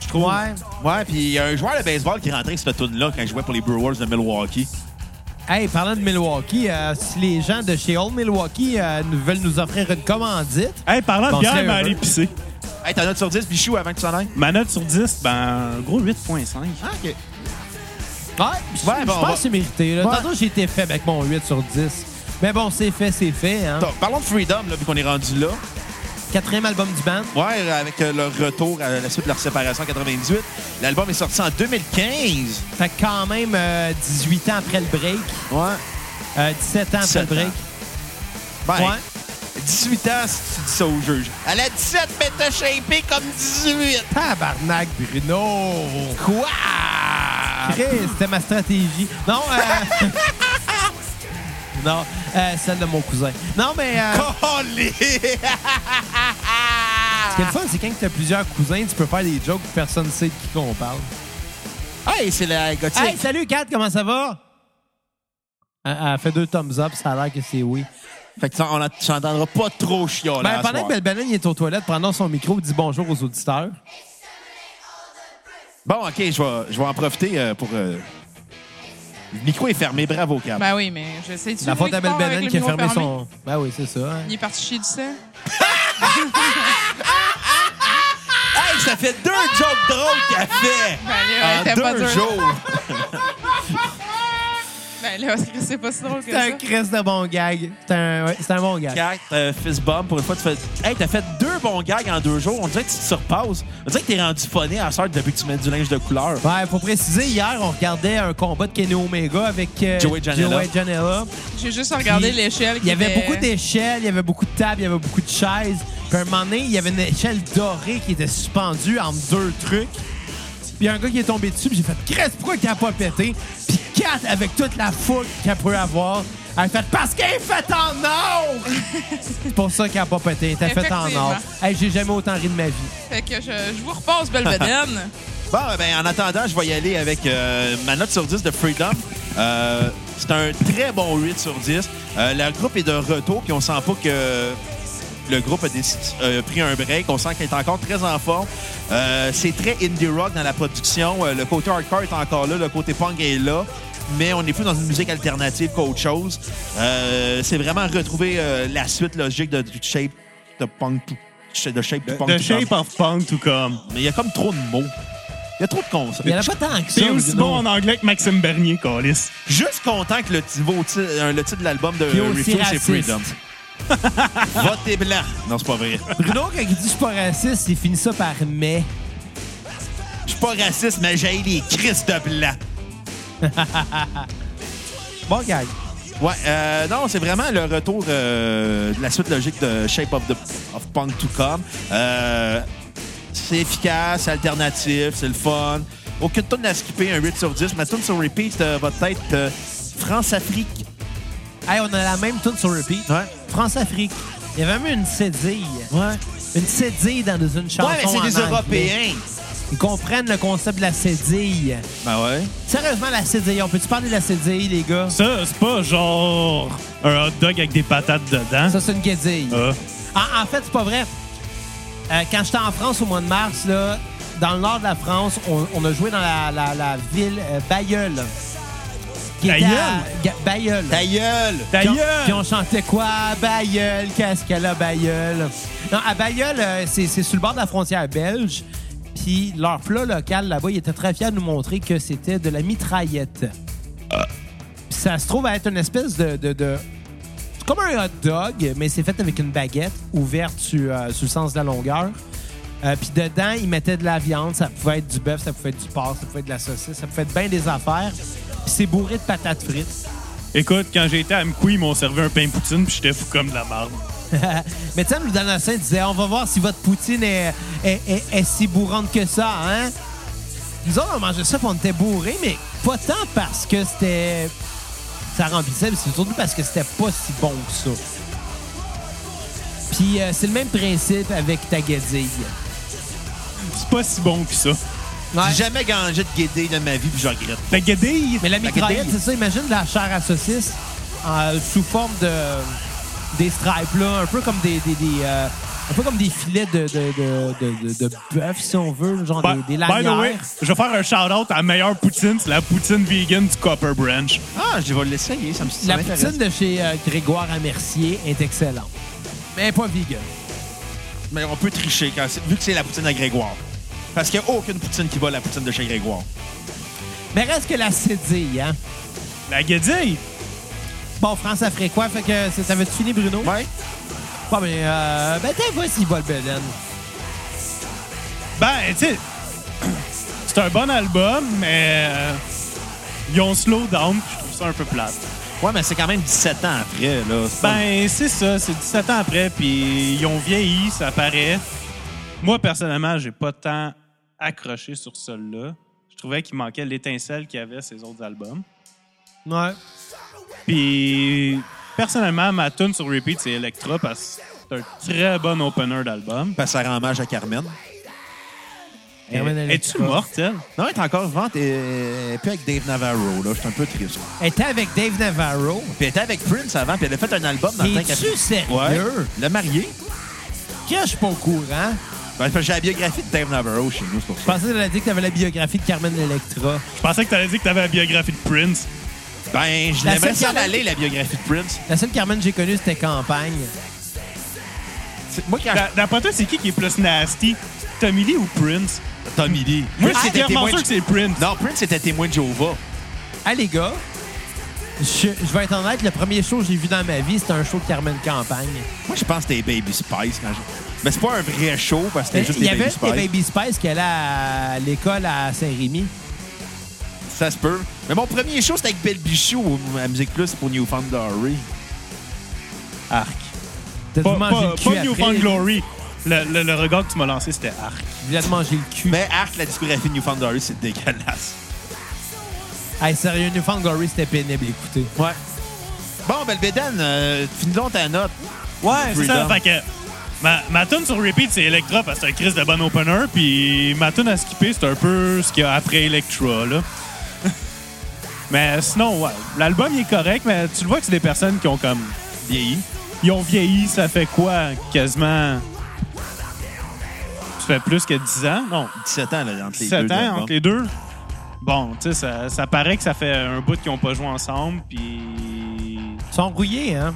[SPEAKER 3] Je trouve.
[SPEAKER 2] Ouais.
[SPEAKER 1] Ouais, puis il y a un joueur de baseball qui est rentré avec cette tune-là quand je jouais pour les Brewers de Milwaukee.
[SPEAKER 2] Hey, parlant de Milwaukee, euh, si les gens de chez Old Milwaukee euh, nous- veulent nous offrir une commandite,
[SPEAKER 3] Hey, parlant de
[SPEAKER 2] Bon,
[SPEAKER 3] bière,
[SPEAKER 2] c'est
[SPEAKER 3] elle m'a
[SPEAKER 2] heureux.
[SPEAKER 3] allé pisser.
[SPEAKER 1] Hey, ta note sur 10, Bichou, avant que tu s'en ailles?
[SPEAKER 3] Ma note sur 10, ben, un gros 8.5.
[SPEAKER 1] Ah, OK.
[SPEAKER 2] ouais, je
[SPEAKER 1] Ouais,
[SPEAKER 2] je
[SPEAKER 1] bon,
[SPEAKER 2] pense
[SPEAKER 1] on va-
[SPEAKER 2] que c'est mérité. Là.
[SPEAKER 1] Ouais.
[SPEAKER 2] Tantôt, j'ai été faible avec mon 8 sur 10. Mais bon, c'est fait, c'est fait. Hein.
[SPEAKER 1] Attends, Parlons de Freedom, là, vu qu'on est rendu là.
[SPEAKER 2] Quatrième album du band.
[SPEAKER 1] Ouais, avec euh, leur retour à la suite de leur séparation en 98. L'album est sorti en 2015.
[SPEAKER 2] Fait que quand même euh, 18 ans après le break.
[SPEAKER 1] Ouais.
[SPEAKER 2] euh, 17 ans après
[SPEAKER 1] 17
[SPEAKER 2] le break.
[SPEAKER 1] ans. Ben,
[SPEAKER 2] Ouais.
[SPEAKER 1] 18 ans, si tu dis ça au juge. Elle a 17, mais t'as shapé comme 18.
[SPEAKER 2] Tabarnak, Bruno!
[SPEAKER 1] (laughs) Quoi?
[SPEAKER 2] Chris, c'était ma stratégie. Non, (laughs) euh... non, euh, celle de mon cousin. Non, mais... euh,
[SPEAKER 1] Collé!
[SPEAKER 2] Ce qui est le fun, c'est quand tu as plusieurs cousins, tu peux faire des jokes que personne ne sait de qui qu'on parle.
[SPEAKER 1] Hey, c'est la gothique.
[SPEAKER 2] Hey, salut Kat, comment ça va? Elle, elle fait deux thumbs up, ça a l'air que c'est oui.
[SPEAKER 1] fait que t'en- on n'entendra pas trop chialer
[SPEAKER 2] Ben,
[SPEAKER 1] à
[SPEAKER 2] pendant que
[SPEAKER 1] soir.
[SPEAKER 2] Belbelen est aux toilettes, prenons son micro, dit bonjour aux auditeurs.
[SPEAKER 1] Bon, OK, je vais, je vais en profiter euh, pour... euh, Le micro est fermé, bravo, Cap.
[SPEAKER 4] Ben oui, mais je sais, tu
[SPEAKER 2] La
[SPEAKER 4] veux
[SPEAKER 2] faute à
[SPEAKER 4] qu'il part avec
[SPEAKER 2] Belbelen
[SPEAKER 4] le
[SPEAKER 2] qui a
[SPEAKER 4] micro
[SPEAKER 2] fermé
[SPEAKER 4] fermé.
[SPEAKER 2] son. Ben oui, c'est ça. hein.
[SPEAKER 4] Il est parti chier du sang.
[SPEAKER 1] Hey, ça fait deux jokes drôles qu'elle fait
[SPEAKER 4] Ben là,
[SPEAKER 2] Ah,
[SPEAKER 1] en
[SPEAKER 4] t'as Ah! pas
[SPEAKER 1] deux
[SPEAKER 4] dur. (laughs)
[SPEAKER 1] jours.
[SPEAKER 4] Ben là, c'est- c'est pas si drôle que
[SPEAKER 2] C'est
[SPEAKER 4] ça.
[SPEAKER 2] un Chris de bon gag. C'est un, ouais, c'est un bon gag.
[SPEAKER 1] Quatre, euh, fist bump, pour une fois, tu fais... Hey, t'as fait deux bons gags en deux jours. On dirait que tu te surpasses. On dirait que t'es rendu phoné à la sorte depuis que tu mets du linge de couleur.
[SPEAKER 2] Ouais, pour préciser, hier, on regardait un combat de Kenny Omega avec euh,
[SPEAKER 1] Joey Janela.
[SPEAKER 2] Janela.
[SPEAKER 4] J'ai juste regardé
[SPEAKER 2] Puis,
[SPEAKER 4] l'échelle.
[SPEAKER 2] Il y
[SPEAKER 4] qui
[SPEAKER 2] avait
[SPEAKER 4] était-
[SPEAKER 2] beaucoup d'échelles, il y avait beaucoup de tables, il y avait beaucoup de chaises. Puis à un moment donné, il y avait une échelle dorée qui était suspendue entre deux trucs. Puis il y a un gars qui est tombé dessus, puis j'ai fait, Chris, pourquoi qu'elle a pas pété? Puis Kat, avec toute la fougue qu'elle peut avoir, elle a fait, parce qu'elle est faite en or! (laughs) C'est pour ça qu'elle a pas pété, elle était faite en or.
[SPEAKER 4] Effectivement.
[SPEAKER 2] Hey, j'ai jamais autant ri de ma vie.
[SPEAKER 4] Fait que je, je vous repasse, belle (laughs) bedaine.
[SPEAKER 1] Bon, ben, en attendant, je vais y aller avec euh, ma note sur 10 de Freedom. Euh, c'est un très bon 8 sur 10. Euh, le groupe est de retour, puis on sent pas que le groupe a décid- euh, pris un break. On sent qu'il est encore très en forme. Euh, c'est très indie rock dans la production. Euh, le côté hardcore est encore là, le côté punk est là. Mais on est plus dans une musique alternative qu'autre chose. Euh, c'est vraiment retrouver euh, la suite logique de, du shape de punk, to- de shape to punk.
[SPEAKER 3] The
[SPEAKER 1] to punk.
[SPEAKER 3] Shape of Punk, tout comme.
[SPEAKER 1] Mais il y a comme trop de mots. Il y a trop de concepts.
[SPEAKER 2] Il y en a pas tant que ça.
[SPEAKER 3] C'est aussi bon en anglais que Maxime Bernier, Calis.
[SPEAKER 1] Juste content que le, ti- vos ti- euh, le titre de l'album de
[SPEAKER 2] Puis
[SPEAKER 1] euh,
[SPEAKER 2] aussi
[SPEAKER 1] Refuse, c'est
[SPEAKER 2] raciste. Ah.
[SPEAKER 1] Freedom. Votez blanc. Non, c'est pas vrai.
[SPEAKER 2] Bruno, quand il dit je suis pas raciste, il finit ça par mais.
[SPEAKER 1] Je suis pas raciste, mais j'ai les crises de blanc.
[SPEAKER 2] Bon, gars.
[SPEAKER 1] Ouais, euh, non, c'est vraiment le retour euh, de la suite logique de Shape of, the, of Punk to Come. Euh, c'est efficace, c'est alternatif, c'est le fun. Aucune tonne à skipper, un 8 sur 10. Ma tune sur repeat euh, va être euh, France-Afrique.
[SPEAKER 2] Hey, on a la même tune sur repeat.
[SPEAKER 1] Ouais.
[SPEAKER 2] France-Afrique. Il y avait même une cédille.
[SPEAKER 1] Ouais.
[SPEAKER 2] Une cédille dans une chanson.
[SPEAKER 1] Ouais, mais c'est
[SPEAKER 2] en
[SPEAKER 1] des
[SPEAKER 2] anglais.
[SPEAKER 1] Européens.
[SPEAKER 2] Ils comprennent le concept de la cédille.
[SPEAKER 1] Ben ouais.
[SPEAKER 2] Sérieusement, la cédille. On peut-tu parler de la cédille, les gars?
[SPEAKER 3] Ça, c'est pas genre un hot dog avec des patates dedans.
[SPEAKER 2] Ça, c'est une guédille.
[SPEAKER 3] Ah.
[SPEAKER 2] En, en fait, c'est pas vrai. Euh, quand j'étais en France au mois de mars, là, dans le nord de la France, on, on a joué dans la, la- la ville euh, Bayeul. Qui était
[SPEAKER 3] Bayeul?
[SPEAKER 2] à- Ga- Bayeul.
[SPEAKER 1] Ta gueule!
[SPEAKER 3] Ta
[SPEAKER 2] Puis on-
[SPEAKER 3] gueule!
[SPEAKER 2] Puis on chantait quoi? Bayeul, qu'est-ce qu'elle a, Bayeul? Non, à Bayeul, euh, c'est c'est sur le bord de la frontière belge. Puis leur plat local là-bas, ils étaient très fiers de nous montrer que c'était de la mitraillette. Puis ça se trouve à être une espèce de. de- de- c'est comme un hot dog, mais c'est fait avec une baguette ouverte sur, euh, sur le sens de la longueur. Euh, puis dedans, ils mettaient de la viande. Ça pouvait être du bœuf, ça pouvait être du porc, ça pouvait être de la saucisse, ça pouvait être bien des affaires. Puis c'est bourré de patates frites.
[SPEAKER 3] Écoute, quand j'étais à Mkoui, ils m'ont servi un pain poutine puis j'étais fou comme de la marde.
[SPEAKER 2] (laughs) Mais tu sais, Mme Danassin disait on va voir si votre poutine est, est- est- est si bourrante que ça, hein? Nous autres, on mangeait ça puis on était bourrés, mais pas tant parce que c'était. Ça remplissait, mais c'est surtout parce que c'était pas si bon que ça. Puis euh, c'est le même principe avec ta guédille.
[SPEAKER 3] C'est pas si bon que ça.
[SPEAKER 1] J'ai jamais gangé de guédé de ma vie, puis je regrette.
[SPEAKER 3] La guédille!
[SPEAKER 2] Mais la
[SPEAKER 1] La
[SPEAKER 2] mitraillette,
[SPEAKER 1] guédille.
[SPEAKER 2] c'est ça, imagine de la chair à saucisse euh, sous forme de des stripes là, un peu comme des, des, des, euh, un peu comme des filets de de, de, de, de- de bœuf si on veut, genre
[SPEAKER 3] By,
[SPEAKER 2] des, des
[SPEAKER 3] Bah, by the
[SPEAKER 2] lanières.
[SPEAKER 3] way, je vais faire un shout-out à la meilleure poutine, c'est la poutine vegan du Copper Branch.
[SPEAKER 1] Ah, je vais l'essayer, ça me ça
[SPEAKER 2] La
[SPEAKER 1] m'intéresse.
[SPEAKER 2] poutine de chez euh, Grégoire à Mercier est excellente. Mais pas vegan.
[SPEAKER 1] Mais on peut tricher quand c'est- vu que c'est la poutine à Grégoire. Parce qu'il n'y a aucune poutine qui va la poutine de chez Grégoire.
[SPEAKER 2] Mais reste que la cédille, hein?
[SPEAKER 3] La guédille!
[SPEAKER 2] Bon, France, ça ferait quoi? Fait que c'est- ça veut-tu finir, Bruno?
[SPEAKER 1] Ouais.
[SPEAKER 2] Bon, mais euh, ben, t'as pas si bol Belen.
[SPEAKER 3] Ben, tu sais, (clears throat) c'est un bon album, mais euh, ils ont slow down puis je trouve ça un peu plate.
[SPEAKER 1] Ouais, mais c'est quand même 17 ans après, là. C'est pas-
[SPEAKER 3] Ben, c'est ça, c'est 17 ans après, puis ils ont vieilli, ça paraît. Moi, personnellement, j'ai pas tant accroché sur celui-là. Je trouvais qu'il manquait l'étincelle qu'il y avait à ses autres albums.
[SPEAKER 2] Ouais.
[SPEAKER 3] Puis, personnellement, ma tune sur repeat, c'est Electra, parce que c'est un très bon opener d'album.
[SPEAKER 1] Parce que ça rend hommage à Carmen.
[SPEAKER 2] Carmen
[SPEAKER 3] Es-tu
[SPEAKER 2] Electra.
[SPEAKER 3] morte, elle?
[SPEAKER 1] Non, elle est encore vivante et elle est plus avec Dave Navarro, là. Je suis un peu triste.
[SPEAKER 2] Elle était avec Dave Navarro.
[SPEAKER 1] Puis elle était avec Prince avant, puis elle a fait un album dans le temps
[SPEAKER 2] T'es-tu sérieux?
[SPEAKER 1] Ouais. Le marié.
[SPEAKER 2] Que je suis pas au courant.
[SPEAKER 1] Ben, c'est parce que j'ai la biographie de Dave Navarro chez nous, c'est pour
[SPEAKER 2] Je
[SPEAKER 1] ça.
[SPEAKER 2] pensais que t'avais dit que t'avais la biographie de Carmen Electra.
[SPEAKER 3] Je pensais que t'allais dire que t'avais la biographie de (laughs) Prince.
[SPEAKER 1] Ben, je
[SPEAKER 2] La
[SPEAKER 1] l'aimerais
[SPEAKER 2] seule
[SPEAKER 1] ça
[SPEAKER 2] qui a-
[SPEAKER 1] aller, la biographie de Prince.
[SPEAKER 2] La seule Carmen que j'ai connue, c'était Campagne.
[SPEAKER 1] C'est- Moi, quand
[SPEAKER 3] D'a- D'après toi, c'est qui qui est plus nasty? Tommy Lee ou Prince?
[SPEAKER 1] Tommy Lee.
[SPEAKER 3] Moi,
[SPEAKER 1] Prince
[SPEAKER 3] je suis
[SPEAKER 1] était
[SPEAKER 3] clairement
[SPEAKER 1] témoin
[SPEAKER 3] sûr
[SPEAKER 1] de-
[SPEAKER 3] que c'est Prince.
[SPEAKER 1] Non, Prince était témoin de Jéhovah.
[SPEAKER 2] Ah, les gars, je, je vais être honnête, le premier show que j'ai vu dans ma vie, c'était un show de Carmen Campagne.
[SPEAKER 1] Moi, je pense que c'était Baby Spice. Quand je... Mais c'est pas un vrai show parce que c'était juste
[SPEAKER 2] Euh, Il y
[SPEAKER 1] les
[SPEAKER 2] avait
[SPEAKER 1] Baby Spice.
[SPEAKER 2] une des Baby Spice qui allait à l'école à Saint-Rémy.
[SPEAKER 1] Ça se peut. Mais mon premier show, c'était avec Belle Bichou à Musique Plus pour Newfound Glory.
[SPEAKER 3] Arc.
[SPEAKER 2] T'as dû
[SPEAKER 3] Pas,
[SPEAKER 2] manger
[SPEAKER 3] pas,
[SPEAKER 2] le cul
[SPEAKER 3] pas
[SPEAKER 2] après.
[SPEAKER 3] Newfound Glory. Le, le- le regard que tu m'as lancé, c'était arc.
[SPEAKER 2] Il vient de manger le cul.
[SPEAKER 1] Mais Arc, la discographie de Newfound Glory, c'est dégueulasse.
[SPEAKER 2] Hey, sérieux, Newfound Glory, c'était pénible, écoutez.
[SPEAKER 1] Ouais. Bon, ben, le Bédane, euh, finis donc ta note.
[SPEAKER 3] Ouais, c'est ça.
[SPEAKER 1] Freedom.
[SPEAKER 3] Fait que ma, ma tune sur repeat, c'est Electra parce que c'est un Chris de bon opener. Puis ma tune à skipper, c'est un peu ce qu'il y a après Electra, là. (laughs) mais sinon, ouais, l'album il est correct, mais tu le vois que c'est des personnes qui ont comme.
[SPEAKER 1] Vieilli.
[SPEAKER 3] Ils ont vieilli, ça fait quoi Quasiment. Ça fait plus que 10 ans? Non,
[SPEAKER 1] 17 ans, là, entre les
[SPEAKER 3] 17
[SPEAKER 1] deux.
[SPEAKER 3] ans
[SPEAKER 1] albums.
[SPEAKER 3] entre les deux. Bon, tu sais, ça, ça paraît que ça fait un bout qu'ils n'ont pas joué ensemble, puis
[SPEAKER 2] Ils sont rouillés, hein?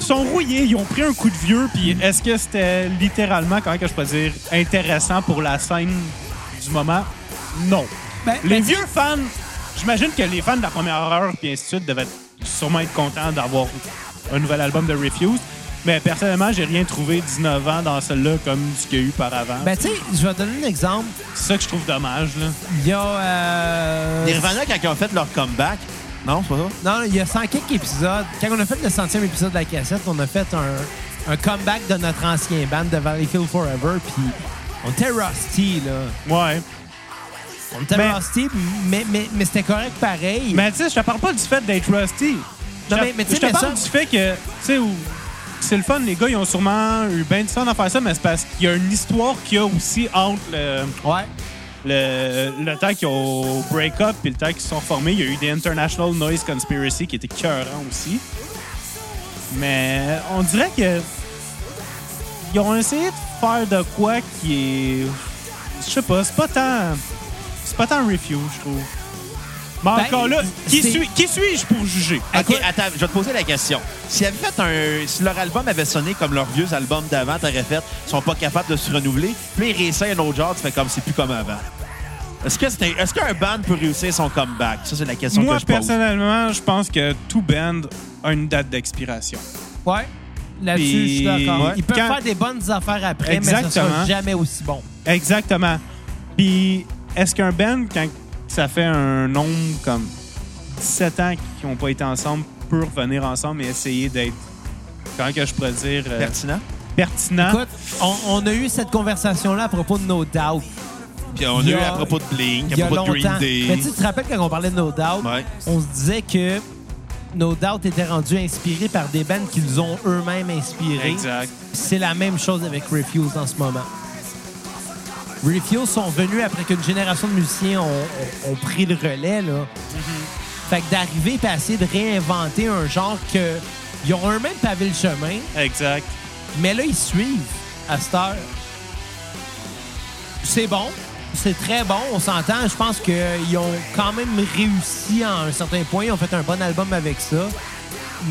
[SPEAKER 3] Ils sont rouillés, ils ont pris un coup de vieux, puis est-ce que c'était littéralement, comment que je peux dire, intéressant pour la scène du moment? Non.
[SPEAKER 2] Ben,
[SPEAKER 3] les vieux fans, j'imagine que les fans de la première heure, puis ainsi de suite, devaient sûrement être contents d'avoir un nouvel album de Refuse. Mais personnellement, j'ai rien trouvé 19 ans dans celui-là comme ce qu'il y a eu par avant.
[SPEAKER 2] Ben, tu sais, je vais donner un exemple.
[SPEAKER 3] c'est ça que je trouve dommage, là.
[SPEAKER 2] Il y a. euh,
[SPEAKER 1] Nirvana, quand ils ont fait leur comeback, non, c'est pas ça?
[SPEAKER 2] Non, il y a 100 quelques épisodes. Quand on a fait le centième épisode de la cassette, on a fait un, un comeback de notre ancien band de Valleyfield Forever, puis on était rusty, là.
[SPEAKER 3] Ouais.
[SPEAKER 2] On était
[SPEAKER 3] Mais-
[SPEAKER 2] rusty, mais, mais, mais c'était correct pareil.
[SPEAKER 3] Mais tu sais, je te parle pas du fait d'être rusty.
[SPEAKER 2] Non,
[SPEAKER 3] Je-
[SPEAKER 2] mais- mais tu sais,
[SPEAKER 3] je te
[SPEAKER 2] mais
[SPEAKER 3] parle
[SPEAKER 2] ça-
[SPEAKER 3] du fait que, tu sais, où- c'est le fun, les gars, ils ont sûrement eu bien du fun à faire ça, mais c'est parce qu'il y a une histoire qu'il y a aussi entre le,
[SPEAKER 2] Ouais.
[SPEAKER 3] le, le temps qu'ils ont break-up et le temps qu'ils se sont formés. Il y a eu des International Noise Conspiracy qui étaient cœurants aussi. Mais on dirait que. Ils ont essayé de faire de quoi qui est. Je sais pas, c'est pas tant. C'est pas tant Refuse, je trouve. Mais
[SPEAKER 2] Ben,
[SPEAKER 3] encore là, qui
[SPEAKER 2] c'est-
[SPEAKER 3] suis- qui suis-je pour juger?
[SPEAKER 1] Ok, attends, je vais te poser la question. S'ils avaient fait un. Si leur album avait sonné comme leurs vieux albums d'avant, t'aurais fait, ils sont pas capables de se renouveler, puis ils réessayent un autre genre, tu fais comme c'est plus comme avant. Est-ce que c'était. Est-ce qu'un band peut réussir son comeback? Ça, c'est la question
[SPEAKER 3] Moi,
[SPEAKER 1] que je pose.
[SPEAKER 3] personnellement, je pense que tout band a une date d'expiration.
[SPEAKER 2] Ouais. Là-dessus, je suis
[SPEAKER 3] Puis-
[SPEAKER 2] d'accord.
[SPEAKER 3] Ouais.
[SPEAKER 2] Ils peuvent
[SPEAKER 3] Quand-
[SPEAKER 2] faire des bonnes affaires après, mais ça sera
[SPEAKER 3] Exactement.
[SPEAKER 2] jamais aussi bon.
[SPEAKER 3] Exactement. Puis, est-ce qu'un band, quand ça fait un nombre comme 17 ans qu'ils n'ont pas été ensemble, peut revenir ensemble et essayer d'être, comment que je pourrais dire, euh,
[SPEAKER 1] Pertinent?
[SPEAKER 3] pertinent?
[SPEAKER 2] Écoute, on, on a eu cette conversation-là à propos de No Doubt
[SPEAKER 1] Puis on a
[SPEAKER 2] Il y
[SPEAKER 1] eu
[SPEAKER 2] a-
[SPEAKER 1] à propos de Blink,
[SPEAKER 2] il y
[SPEAKER 1] à
[SPEAKER 2] a
[SPEAKER 1] propos
[SPEAKER 2] longtemps.
[SPEAKER 1] de Green Day.
[SPEAKER 2] Mais tu sais, tu te rappelles quand on parlait de No Doubt,
[SPEAKER 1] Ouais.
[SPEAKER 2] on se disait que No Doubt était rendu inspiré par des bands qu'ils ont eux-mêmes inspirés.
[SPEAKER 3] Exact.
[SPEAKER 2] Puis C'est la même chose avec Refuse en ce moment. Refuse sont venus après qu'une génération de musiciens ont, ont- ont pris le relais. Là. Fait que d'arriver et essayer de réinventer un genre que ils ont eux-mêmes pavé le chemin,
[SPEAKER 3] Exact.
[SPEAKER 2] mais là, ils suivent à cette heure. C'est bon. C'est très bon. On s'entend. Je pense qu'ils ont quand même réussi à un certain point. Ils ont fait un bon album avec ça.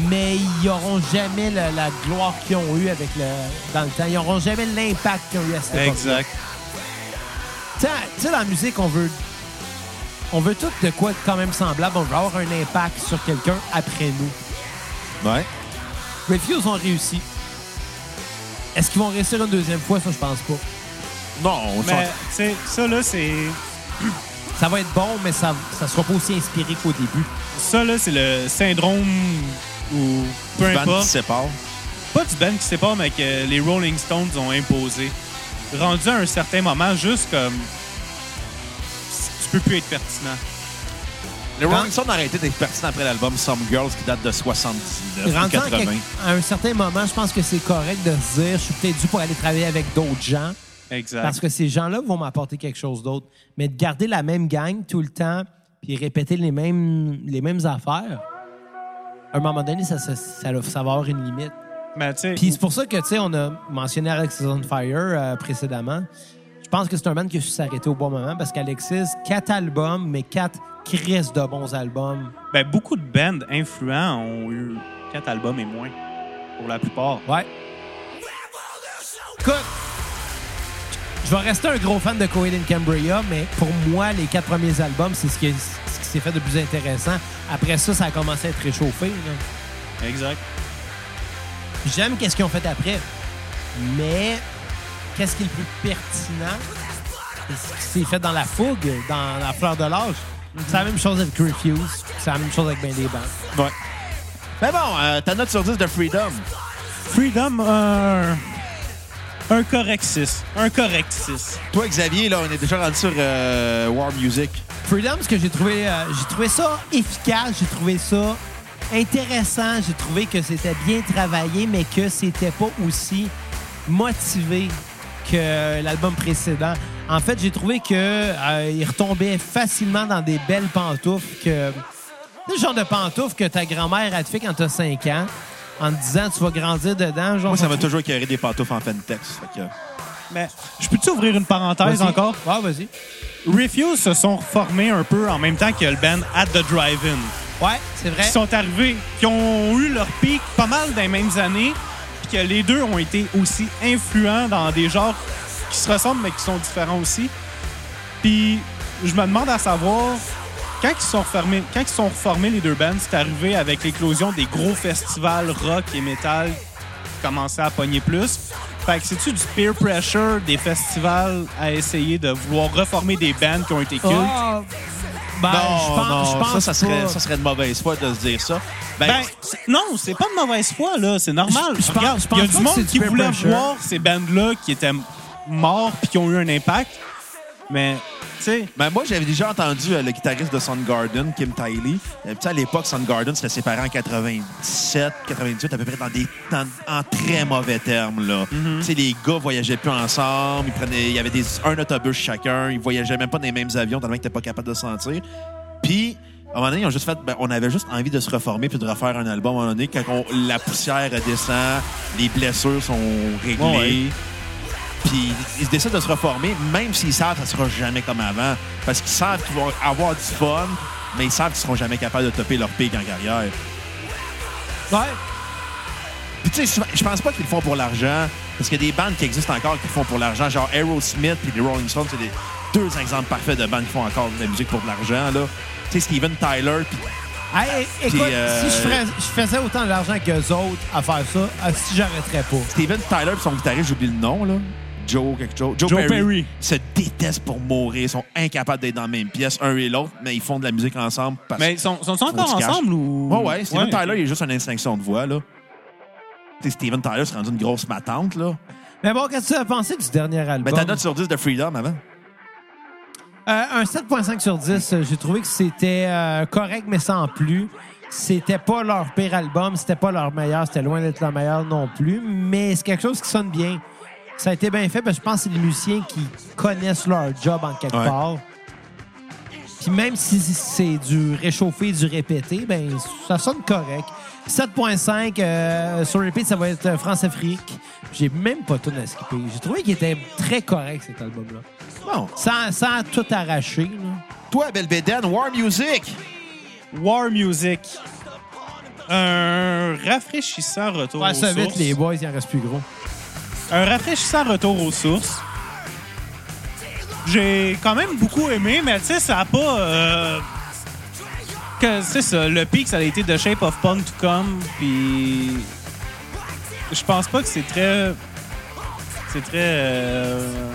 [SPEAKER 2] Mais ils n'auront jamais la, la gloire qu'ils ont eue avec le, dans le temps. Ils n'auront jamais l'impact qu'ils ont eu à cette époque.
[SPEAKER 3] Exact.
[SPEAKER 2] Tu sais, tu sais, dans la musique, on veut, on veut tout de quoi de quand même semblable. On veut avoir un impact sur quelqu'un après nous.
[SPEAKER 1] Ouais.
[SPEAKER 2] Refuse ont réussi. Est-ce qu'ils vont réussir une deuxième fois? Ça, je pense pas.
[SPEAKER 1] Non, on s'en-
[SPEAKER 3] Mais, tu sais, ça, là, c'est.
[SPEAKER 2] Ça va être bon, mais ça ne sera pas aussi inspiré qu'au début.
[SPEAKER 3] Ça, là, c'est le syndrome ou peu
[SPEAKER 1] le band qui
[SPEAKER 3] importe.
[SPEAKER 1] se sépare.
[SPEAKER 3] pas du band qui sépare, mais que les Rolling Stones ont imposé. Rendu à un certain moment, juste comme. Tu peux plus être pertinent.
[SPEAKER 1] Les Rolling Stones ont arrêté d'être pertinents après l'album Some Girls qui date de 79 ou
[SPEAKER 2] Rendu à,
[SPEAKER 1] 80.
[SPEAKER 2] quelque- à un certain moment, je pense que c'est correct de se dire je suis peut-être dû pour aller travailler avec d'autres gens
[SPEAKER 3] Exact.
[SPEAKER 2] parce que ces gens-là vont m'apporter quelque chose d'autre. Mais de garder la même gang tout le temps puis répéter les mêmes, les mêmes affaires, à un moment donné, ça, ça, ça- ça va avoir une limite.
[SPEAKER 3] Mais tu sais,
[SPEAKER 2] Puis c'est pour ça que, tu sais, on a mentionné Alexis on Fire euh, précédemment. Je pense que c'est un band qui a su s'arrêter au bon moment parce qu'Alexis, quatre albums, mais quatre crises de bons albums.
[SPEAKER 3] ben, beaucoup de bands influents ont eu quatre albums et moins, pour la plupart.
[SPEAKER 2] Ouais. Écoute, je vais rester un gros fan de Coheed and Cambria, mais pour moi, les quatre premiers albums, c'est ce qui, ce qui s'est fait de plus intéressant. Après ça, ça a commencé à être réchauffé. là.
[SPEAKER 3] Exact.
[SPEAKER 2] J'aime qu'est-ce qu'ils ont fait après, mais qu'est-ce qui est le plus pertinent? C'est ce qui s'est fait dans la fougue, dans la fleur de l'âge. C'est la même chose avec Refuse, c'est la même chose avec Ben des bandes.
[SPEAKER 1] Ouais. Mais bon, euh, ta note sur 10 de Freedom.
[SPEAKER 3] Freedom, euh, Un correct 6. Un correct 6.
[SPEAKER 1] Toi, Xavier, là, on est déjà rendu sur euh, War Music.
[SPEAKER 2] Freedom, parce que j'ai trouvé, euh, j'ai trouvé ça efficace, j'ai trouvé ça intéressant, j'ai trouvé que c'était bien travaillé, mais que c'était pas aussi motivé que l'album précédent. En fait, j'ai trouvé que euh, il retombait facilement dans des belles pantoufles que le genre de pantoufles que ta grand-mère a te fait quand t'as 5 ans en te disant tu vas grandir dedans genre
[SPEAKER 1] Moi, ça m'a toujours écœuré des pantoufles en fantex. Fait que...
[SPEAKER 3] Mais Eh, je peux-tu ouvrir une parenthèse
[SPEAKER 2] Vas-y.
[SPEAKER 3] encore?
[SPEAKER 2] Ouais, vas-y.
[SPEAKER 3] Refuse se sont reformés un peu en même temps que le band At The Drive-In.
[SPEAKER 2] Ouais, c'est vrai.
[SPEAKER 3] Qui sont arrivés, qui ont eu leur pic pas mal dans les mêmes années, puis que les deux ont été aussi influents dans des genres qui se ressemblent mais qui sont différents aussi. Puis je me demande à savoir, quand ils sont reformés, quand ils sont reformés les deux bands, c'est arrivé avec l'éclosion des gros festivals rock et metal qui commençaient à pogner plus. Fait que c'est-tu du peer pressure des festivals à essayer de vouloir reformer des bands qui ont été cultes?
[SPEAKER 2] Ah, ben, je pense, je pense
[SPEAKER 1] ça, ça serait,
[SPEAKER 2] pas.
[SPEAKER 1] ça serait de mauvaise foi de se dire ça. Ben,
[SPEAKER 3] Ben, c'est- non, c'est pas de mauvaise foi, là. C'est normal.
[SPEAKER 2] Je- je pense-
[SPEAKER 3] Regarde,
[SPEAKER 2] je
[SPEAKER 3] il y a
[SPEAKER 2] pense pas
[SPEAKER 3] du
[SPEAKER 2] que c'est du
[SPEAKER 3] monde qui
[SPEAKER 2] peer
[SPEAKER 3] voulait
[SPEAKER 2] pressure.
[SPEAKER 3] voir ces bandes-là qui étaient morts puis qui ont eu un impact. Mais, tu sais,
[SPEAKER 1] ben, moi, j'avais déjà entendu euh, le guitariste de Soundgarden, Kim Tiley. Euh, tu sais, à l'époque, Soundgarden serait séparé en 97, 98, à peu près dans des, dans- en très mauvais termes. Là.
[SPEAKER 3] Mm-hmm.
[SPEAKER 1] Tu sais, les gars voyageaient plus ensemble. Ils prenaient, il y avait des, un autobus chacun. Ils voyageaient même pas dans les mêmes avions, tellement qu'ils n'étaient pas capables de se sentir. Puis, à un moment donné, ils ont juste fait, ben, on avait juste envie de se reformer puis de refaire un album. À un moment donné, quand on- la poussière descend, les blessures sont réglées.
[SPEAKER 3] Ouais.
[SPEAKER 1] Puis ils décident de se reformer, même s'ils savent que ça sera jamais comme avant. Parce qu'ils savent qu'ils vont avoir du fun, mais ils savent qu'ils seront jamais capables de topper leur pic en carrière.
[SPEAKER 2] Ouais.
[SPEAKER 1] Puis tu sais, souvent- je pense pas qu'ils le font pour l'argent. Parce qu'il y a des bandes qui existent encore qui le font pour l'argent, genre Aerosmith puis les Rolling Stones, c'est des- deux exemples parfaits de bandes qui font encore de la musique pour de l'argent, là. Tu sais, Steven Tyler, puis
[SPEAKER 2] Hey, é- écoute,
[SPEAKER 1] euh,
[SPEAKER 2] si je ferais- je faisais autant d'argent qu'eux autres à faire ça, ah, si j'arrêterais pas.
[SPEAKER 1] Steven Tyler puis son guitariste, j'oublie le nom, là. Joe, quelque chose. Joe,
[SPEAKER 3] Joe Perry.
[SPEAKER 1] Se détestent pour mourir. Ils sont incapables d'être dans la même pièce, un et l'autre, mais ils font de la musique ensemble. Parce...
[SPEAKER 3] mais sont- sont-ils encore
[SPEAKER 1] Faut du cash.
[SPEAKER 3] ensemble ou.
[SPEAKER 1] Ouais, ouais. Steven
[SPEAKER 3] Ouais.
[SPEAKER 1] Tyler, il est juste une extinction de voix, là. Tu sais, Steven Tyler s'est rendu une grosse matante, là.
[SPEAKER 2] Mais bon, qu'est-ce que tu as pensé du dernier
[SPEAKER 1] Mais
[SPEAKER 2] album?
[SPEAKER 1] ta note sur 10 de Freedom avant.
[SPEAKER 2] Euh, un 7.5 sur 10, euh, j'ai trouvé que c'était euh, correct, mais sans plus. C'était pas leur pire album, c'était pas leur meilleur, c'était loin d'être leur meilleur non plus, mais c'est quelque chose qui sonne bien. Ça a été bien fait, parce que je pense que c'est les musiciens qui connaissent leur job en quelque
[SPEAKER 1] Ouais.
[SPEAKER 2] part. Puis même si c'est du réchauffé, du répété, ben ça sonne correct. 7.5 euh, sur repeat, ça va être euh, France-Afrique. J'ai même pas tout à skipper. J'ai trouvé qu'il était très correct, cet album-là.
[SPEAKER 1] Bon.
[SPEAKER 2] Sans, sans tout arracher. Là.
[SPEAKER 1] Toi, Belbédène, War Music.
[SPEAKER 3] War Music. Un rafraîchissant retour
[SPEAKER 2] Faire
[SPEAKER 3] aux
[SPEAKER 2] ça vite,
[SPEAKER 3] sources.
[SPEAKER 2] les boys, il en reste plus gros.
[SPEAKER 3] Un rafraîchissant retour aux sources. J'ai quand même beaucoup aimé, mais tu sais, ça a pas. euh, que c'est ça, le pic, ça a été The Shape of Punk to Come, puis. Je pense pas que c'est très. C'est très. euh,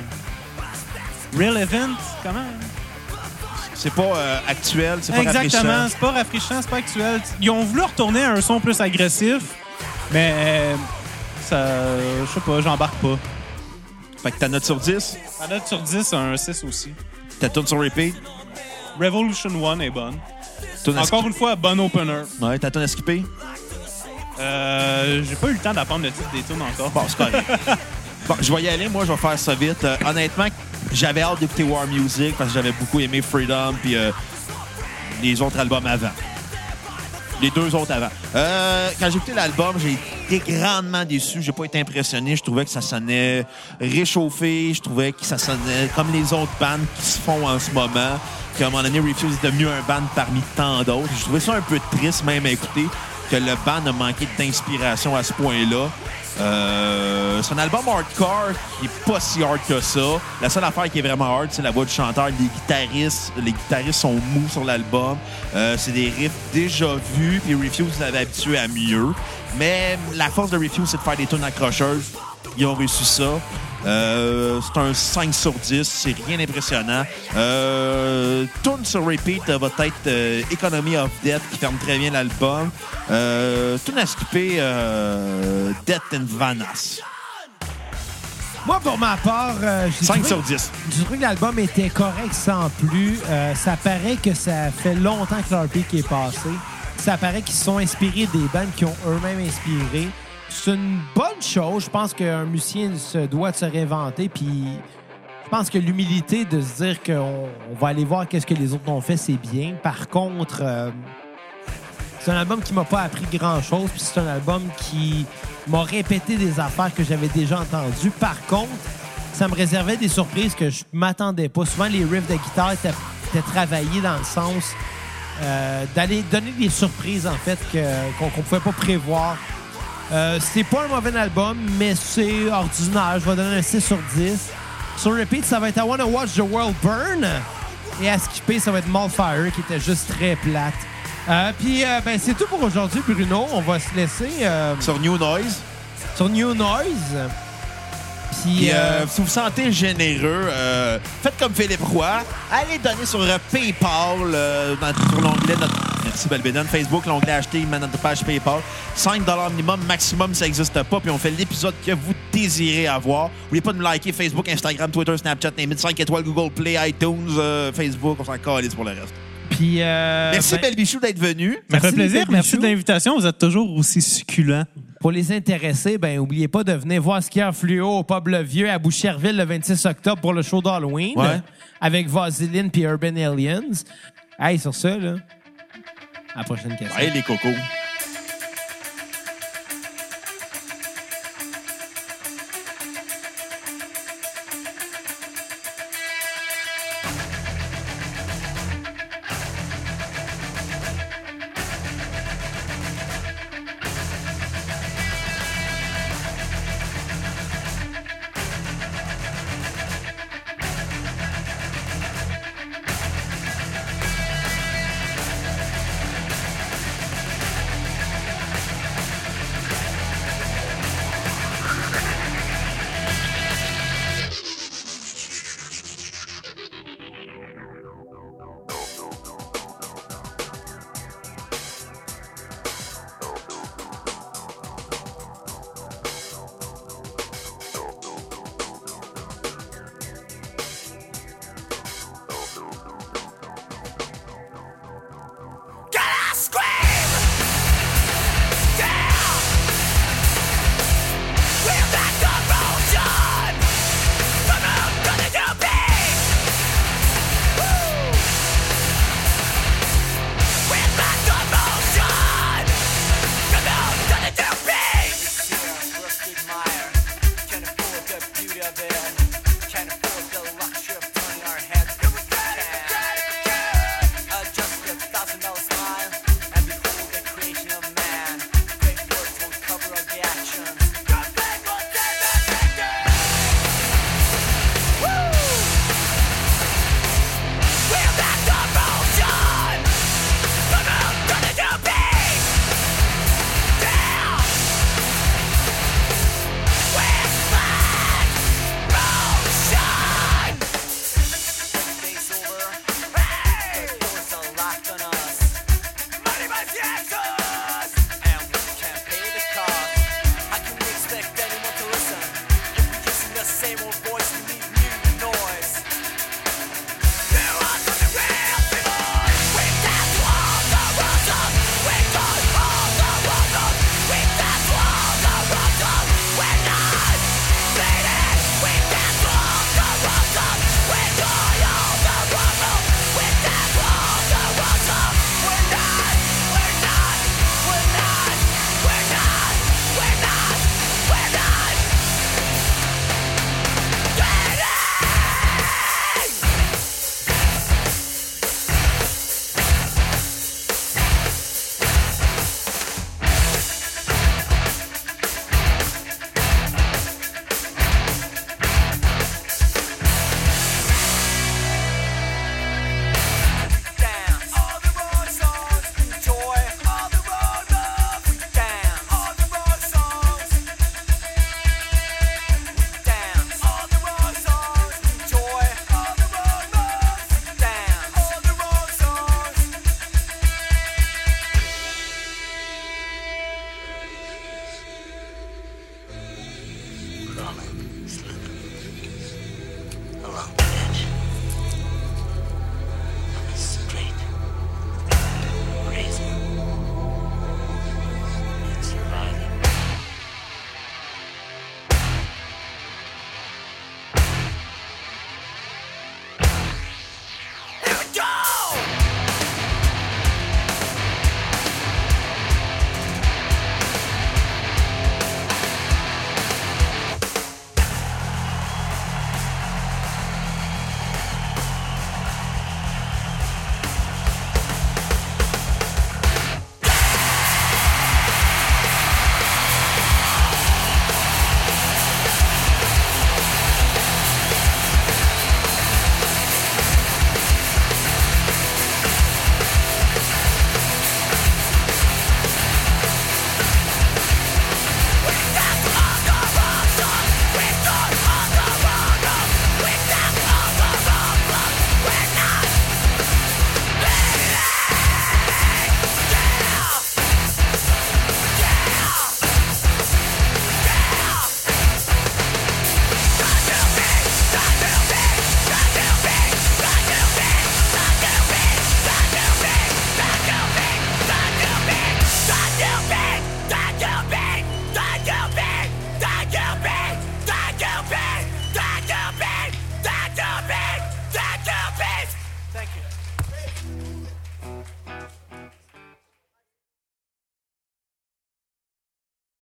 [SPEAKER 3] relevant, comment?
[SPEAKER 1] C'est pas euh, actuel, c'est pas
[SPEAKER 3] Exactement,
[SPEAKER 1] rafraîchissant.
[SPEAKER 3] c'est pas rafraîchissant, c'est pas actuel. Ils ont voulu retourner à un son plus agressif, mais. euh, ça. Je sais pas, j'embarque pas.
[SPEAKER 1] Fait que ta note sur 10,
[SPEAKER 3] Ma note sur 10, c'est un 6 aussi.
[SPEAKER 1] ta tune sur repeat,
[SPEAKER 3] Revolution 1 est bonne.
[SPEAKER 1] tune à
[SPEAKER 3] Encore une fois, bon opener.
[SPEAKER 1] skipper. Ouais, ta tune à skipper.
[SPEAKER 3] Euh, J'ai pas eu le temps d'apprendre le titre des tunes encore.
[SPEAKER 1] Bon, c'est correct. bon, je vais y aller. Moi, je vais faire ça vite. Euh, honnêtement, j'avais hâte d'écouter War Music parce que j'avais beaucoup aimé Freedom puis euh, les autres albums avant. Les deux autres avant. Euh, quand j'ai écouté l'album, j'ai été grandement déçu. J'ai pas été impressionné. Je trouvais que ça sonnait réchauffé. Je trouvais que ça sonnait comme les autres bandes qui se font en ce moment. Qu'à un moment donné, Refuse est devenu un band parmi tant d'autres. Je trouvais ça un peu triste, même à écouter, que le band a manqué d'inspiration à ce point-là. Euh, c'est un album hardcore qui est pas si hard que ça. La seule affaire qui est vraiment hard, c'est la voix du chanteur. Les guitaristes, les guitaristes sont mous sur l'album. Euh, c'est des riffs déjà vus, puis Refuse l'avait habitué à mieux. Mais la force de Refuse, c'est de faire des tunes accrocheuses. Ils ont réussi ça. Euh, c'est un 5 sur 10, c'est rien d'impressionnant. Euh, Tune sur repeat euh, va être euh, Economy of Death qui ferme très bien l'album. Euh, Tune à skipper euh, Death and Vanas.
[SPEAKER 2] Moi, pour ma part, euh, j'ai
[SPEAKER 1] 5
[SPEAKER 2] trouvé-
[SPEAKER 1] sur 10.
[SPEAKER 2] j'ai trouvé que l'album était correct sans plus. Euh, ça paraît que ça fait longtemps que leur pic est passé. Ça paraît qu'ils se sont inspirés des bandes qui ont eux-mêmes inspiré. C'est une bonne chose. Je pense qu'un musicien se doit de se réinventer. Puis je pense que l'humilité de se dire qu'on on va aller voir qu'est-ce que les autres ont fait, c'est bien. Par contre, euh, c'est un album qui m'a pas appris grand-chose, puis c'est un album qui m'a répété des affaires que j'avais déjà entendues. Par contre, ça me réservait des surprises que je m'attendais pas. Souvent, les riffs de guitare étaient, étaient travaillés dans le sens euh, d'aller donner des surprises, en fait, que- qu'on ne pouvait pas prévoir. Euh, c'est pas un mauvais album, mais c'est ordinaire. Je vais donner un 6 sur 10. Sur repeat, ça va être I Wanna Watch the World Burn. Et à skipper, ça va être Malfire, qui était juste très plate. Euh, Puis, euh, ben, c'est tout pour aujourd'hui, Bruno. On va se laisser euh,
[SPEAKER 1] Sur New Noise.
[SPEAKER 2] sur New Noise. Puis,
[SPEAKER 1] Puis,
[SPEAKER 2] euh,
[SPEAKER 1] euh, si vous vous sentez généreux, euh, faites comme Philippe Roy. Allez donner sur euh, PayPal, euh, dans, sur l'onglet de notre. Merci Belbédane. Facebook, l'onglet acheter, maintenant notre page PayPal. 5 minimum, maximum, ça n'existe pas. Puis on fait l'épisode que vous désirez avoir. N'oubliez pas de me liker Facebook, Instagram, Twitter, Snapchat, name it, 5 étoiles, Google Play, iTunes, euh, Facebook. On s'en calisse pour le reste.
[SPEAKER 2] Puis, euh,
[SPEAKER 1] Merci
[SPEAKER 2] ben,
[SPEAKER 1] Belle Bichou d'être venu.
[SPEAKER 3] Ça fait
[SPEAKER 2] Merci,
[SPEAKER 3] plaisir.
[SPEAKER 2] Michel
[SPEAKER 3] Merci
[SPEAKER 2] Michaud.
[SPEAKER 3] de l'invitation. Vous êtes toujours aussi succulent.
[SPEAKER 2] Pour les intéressés, ben oubliez pas de venir voir Skieur Fluo au Pub Le Vieux à Boucherville le 26 octobre pour le show d'Halloween
[SPEAKER 1] Ouais.
[SPEAKER 2] avec Vaseline puis Urban Aliens. Hey, sur ça, là. À la prochaine question.
[SPEAKER 1] Allez les cocos.
[SPEAKER 5] Thank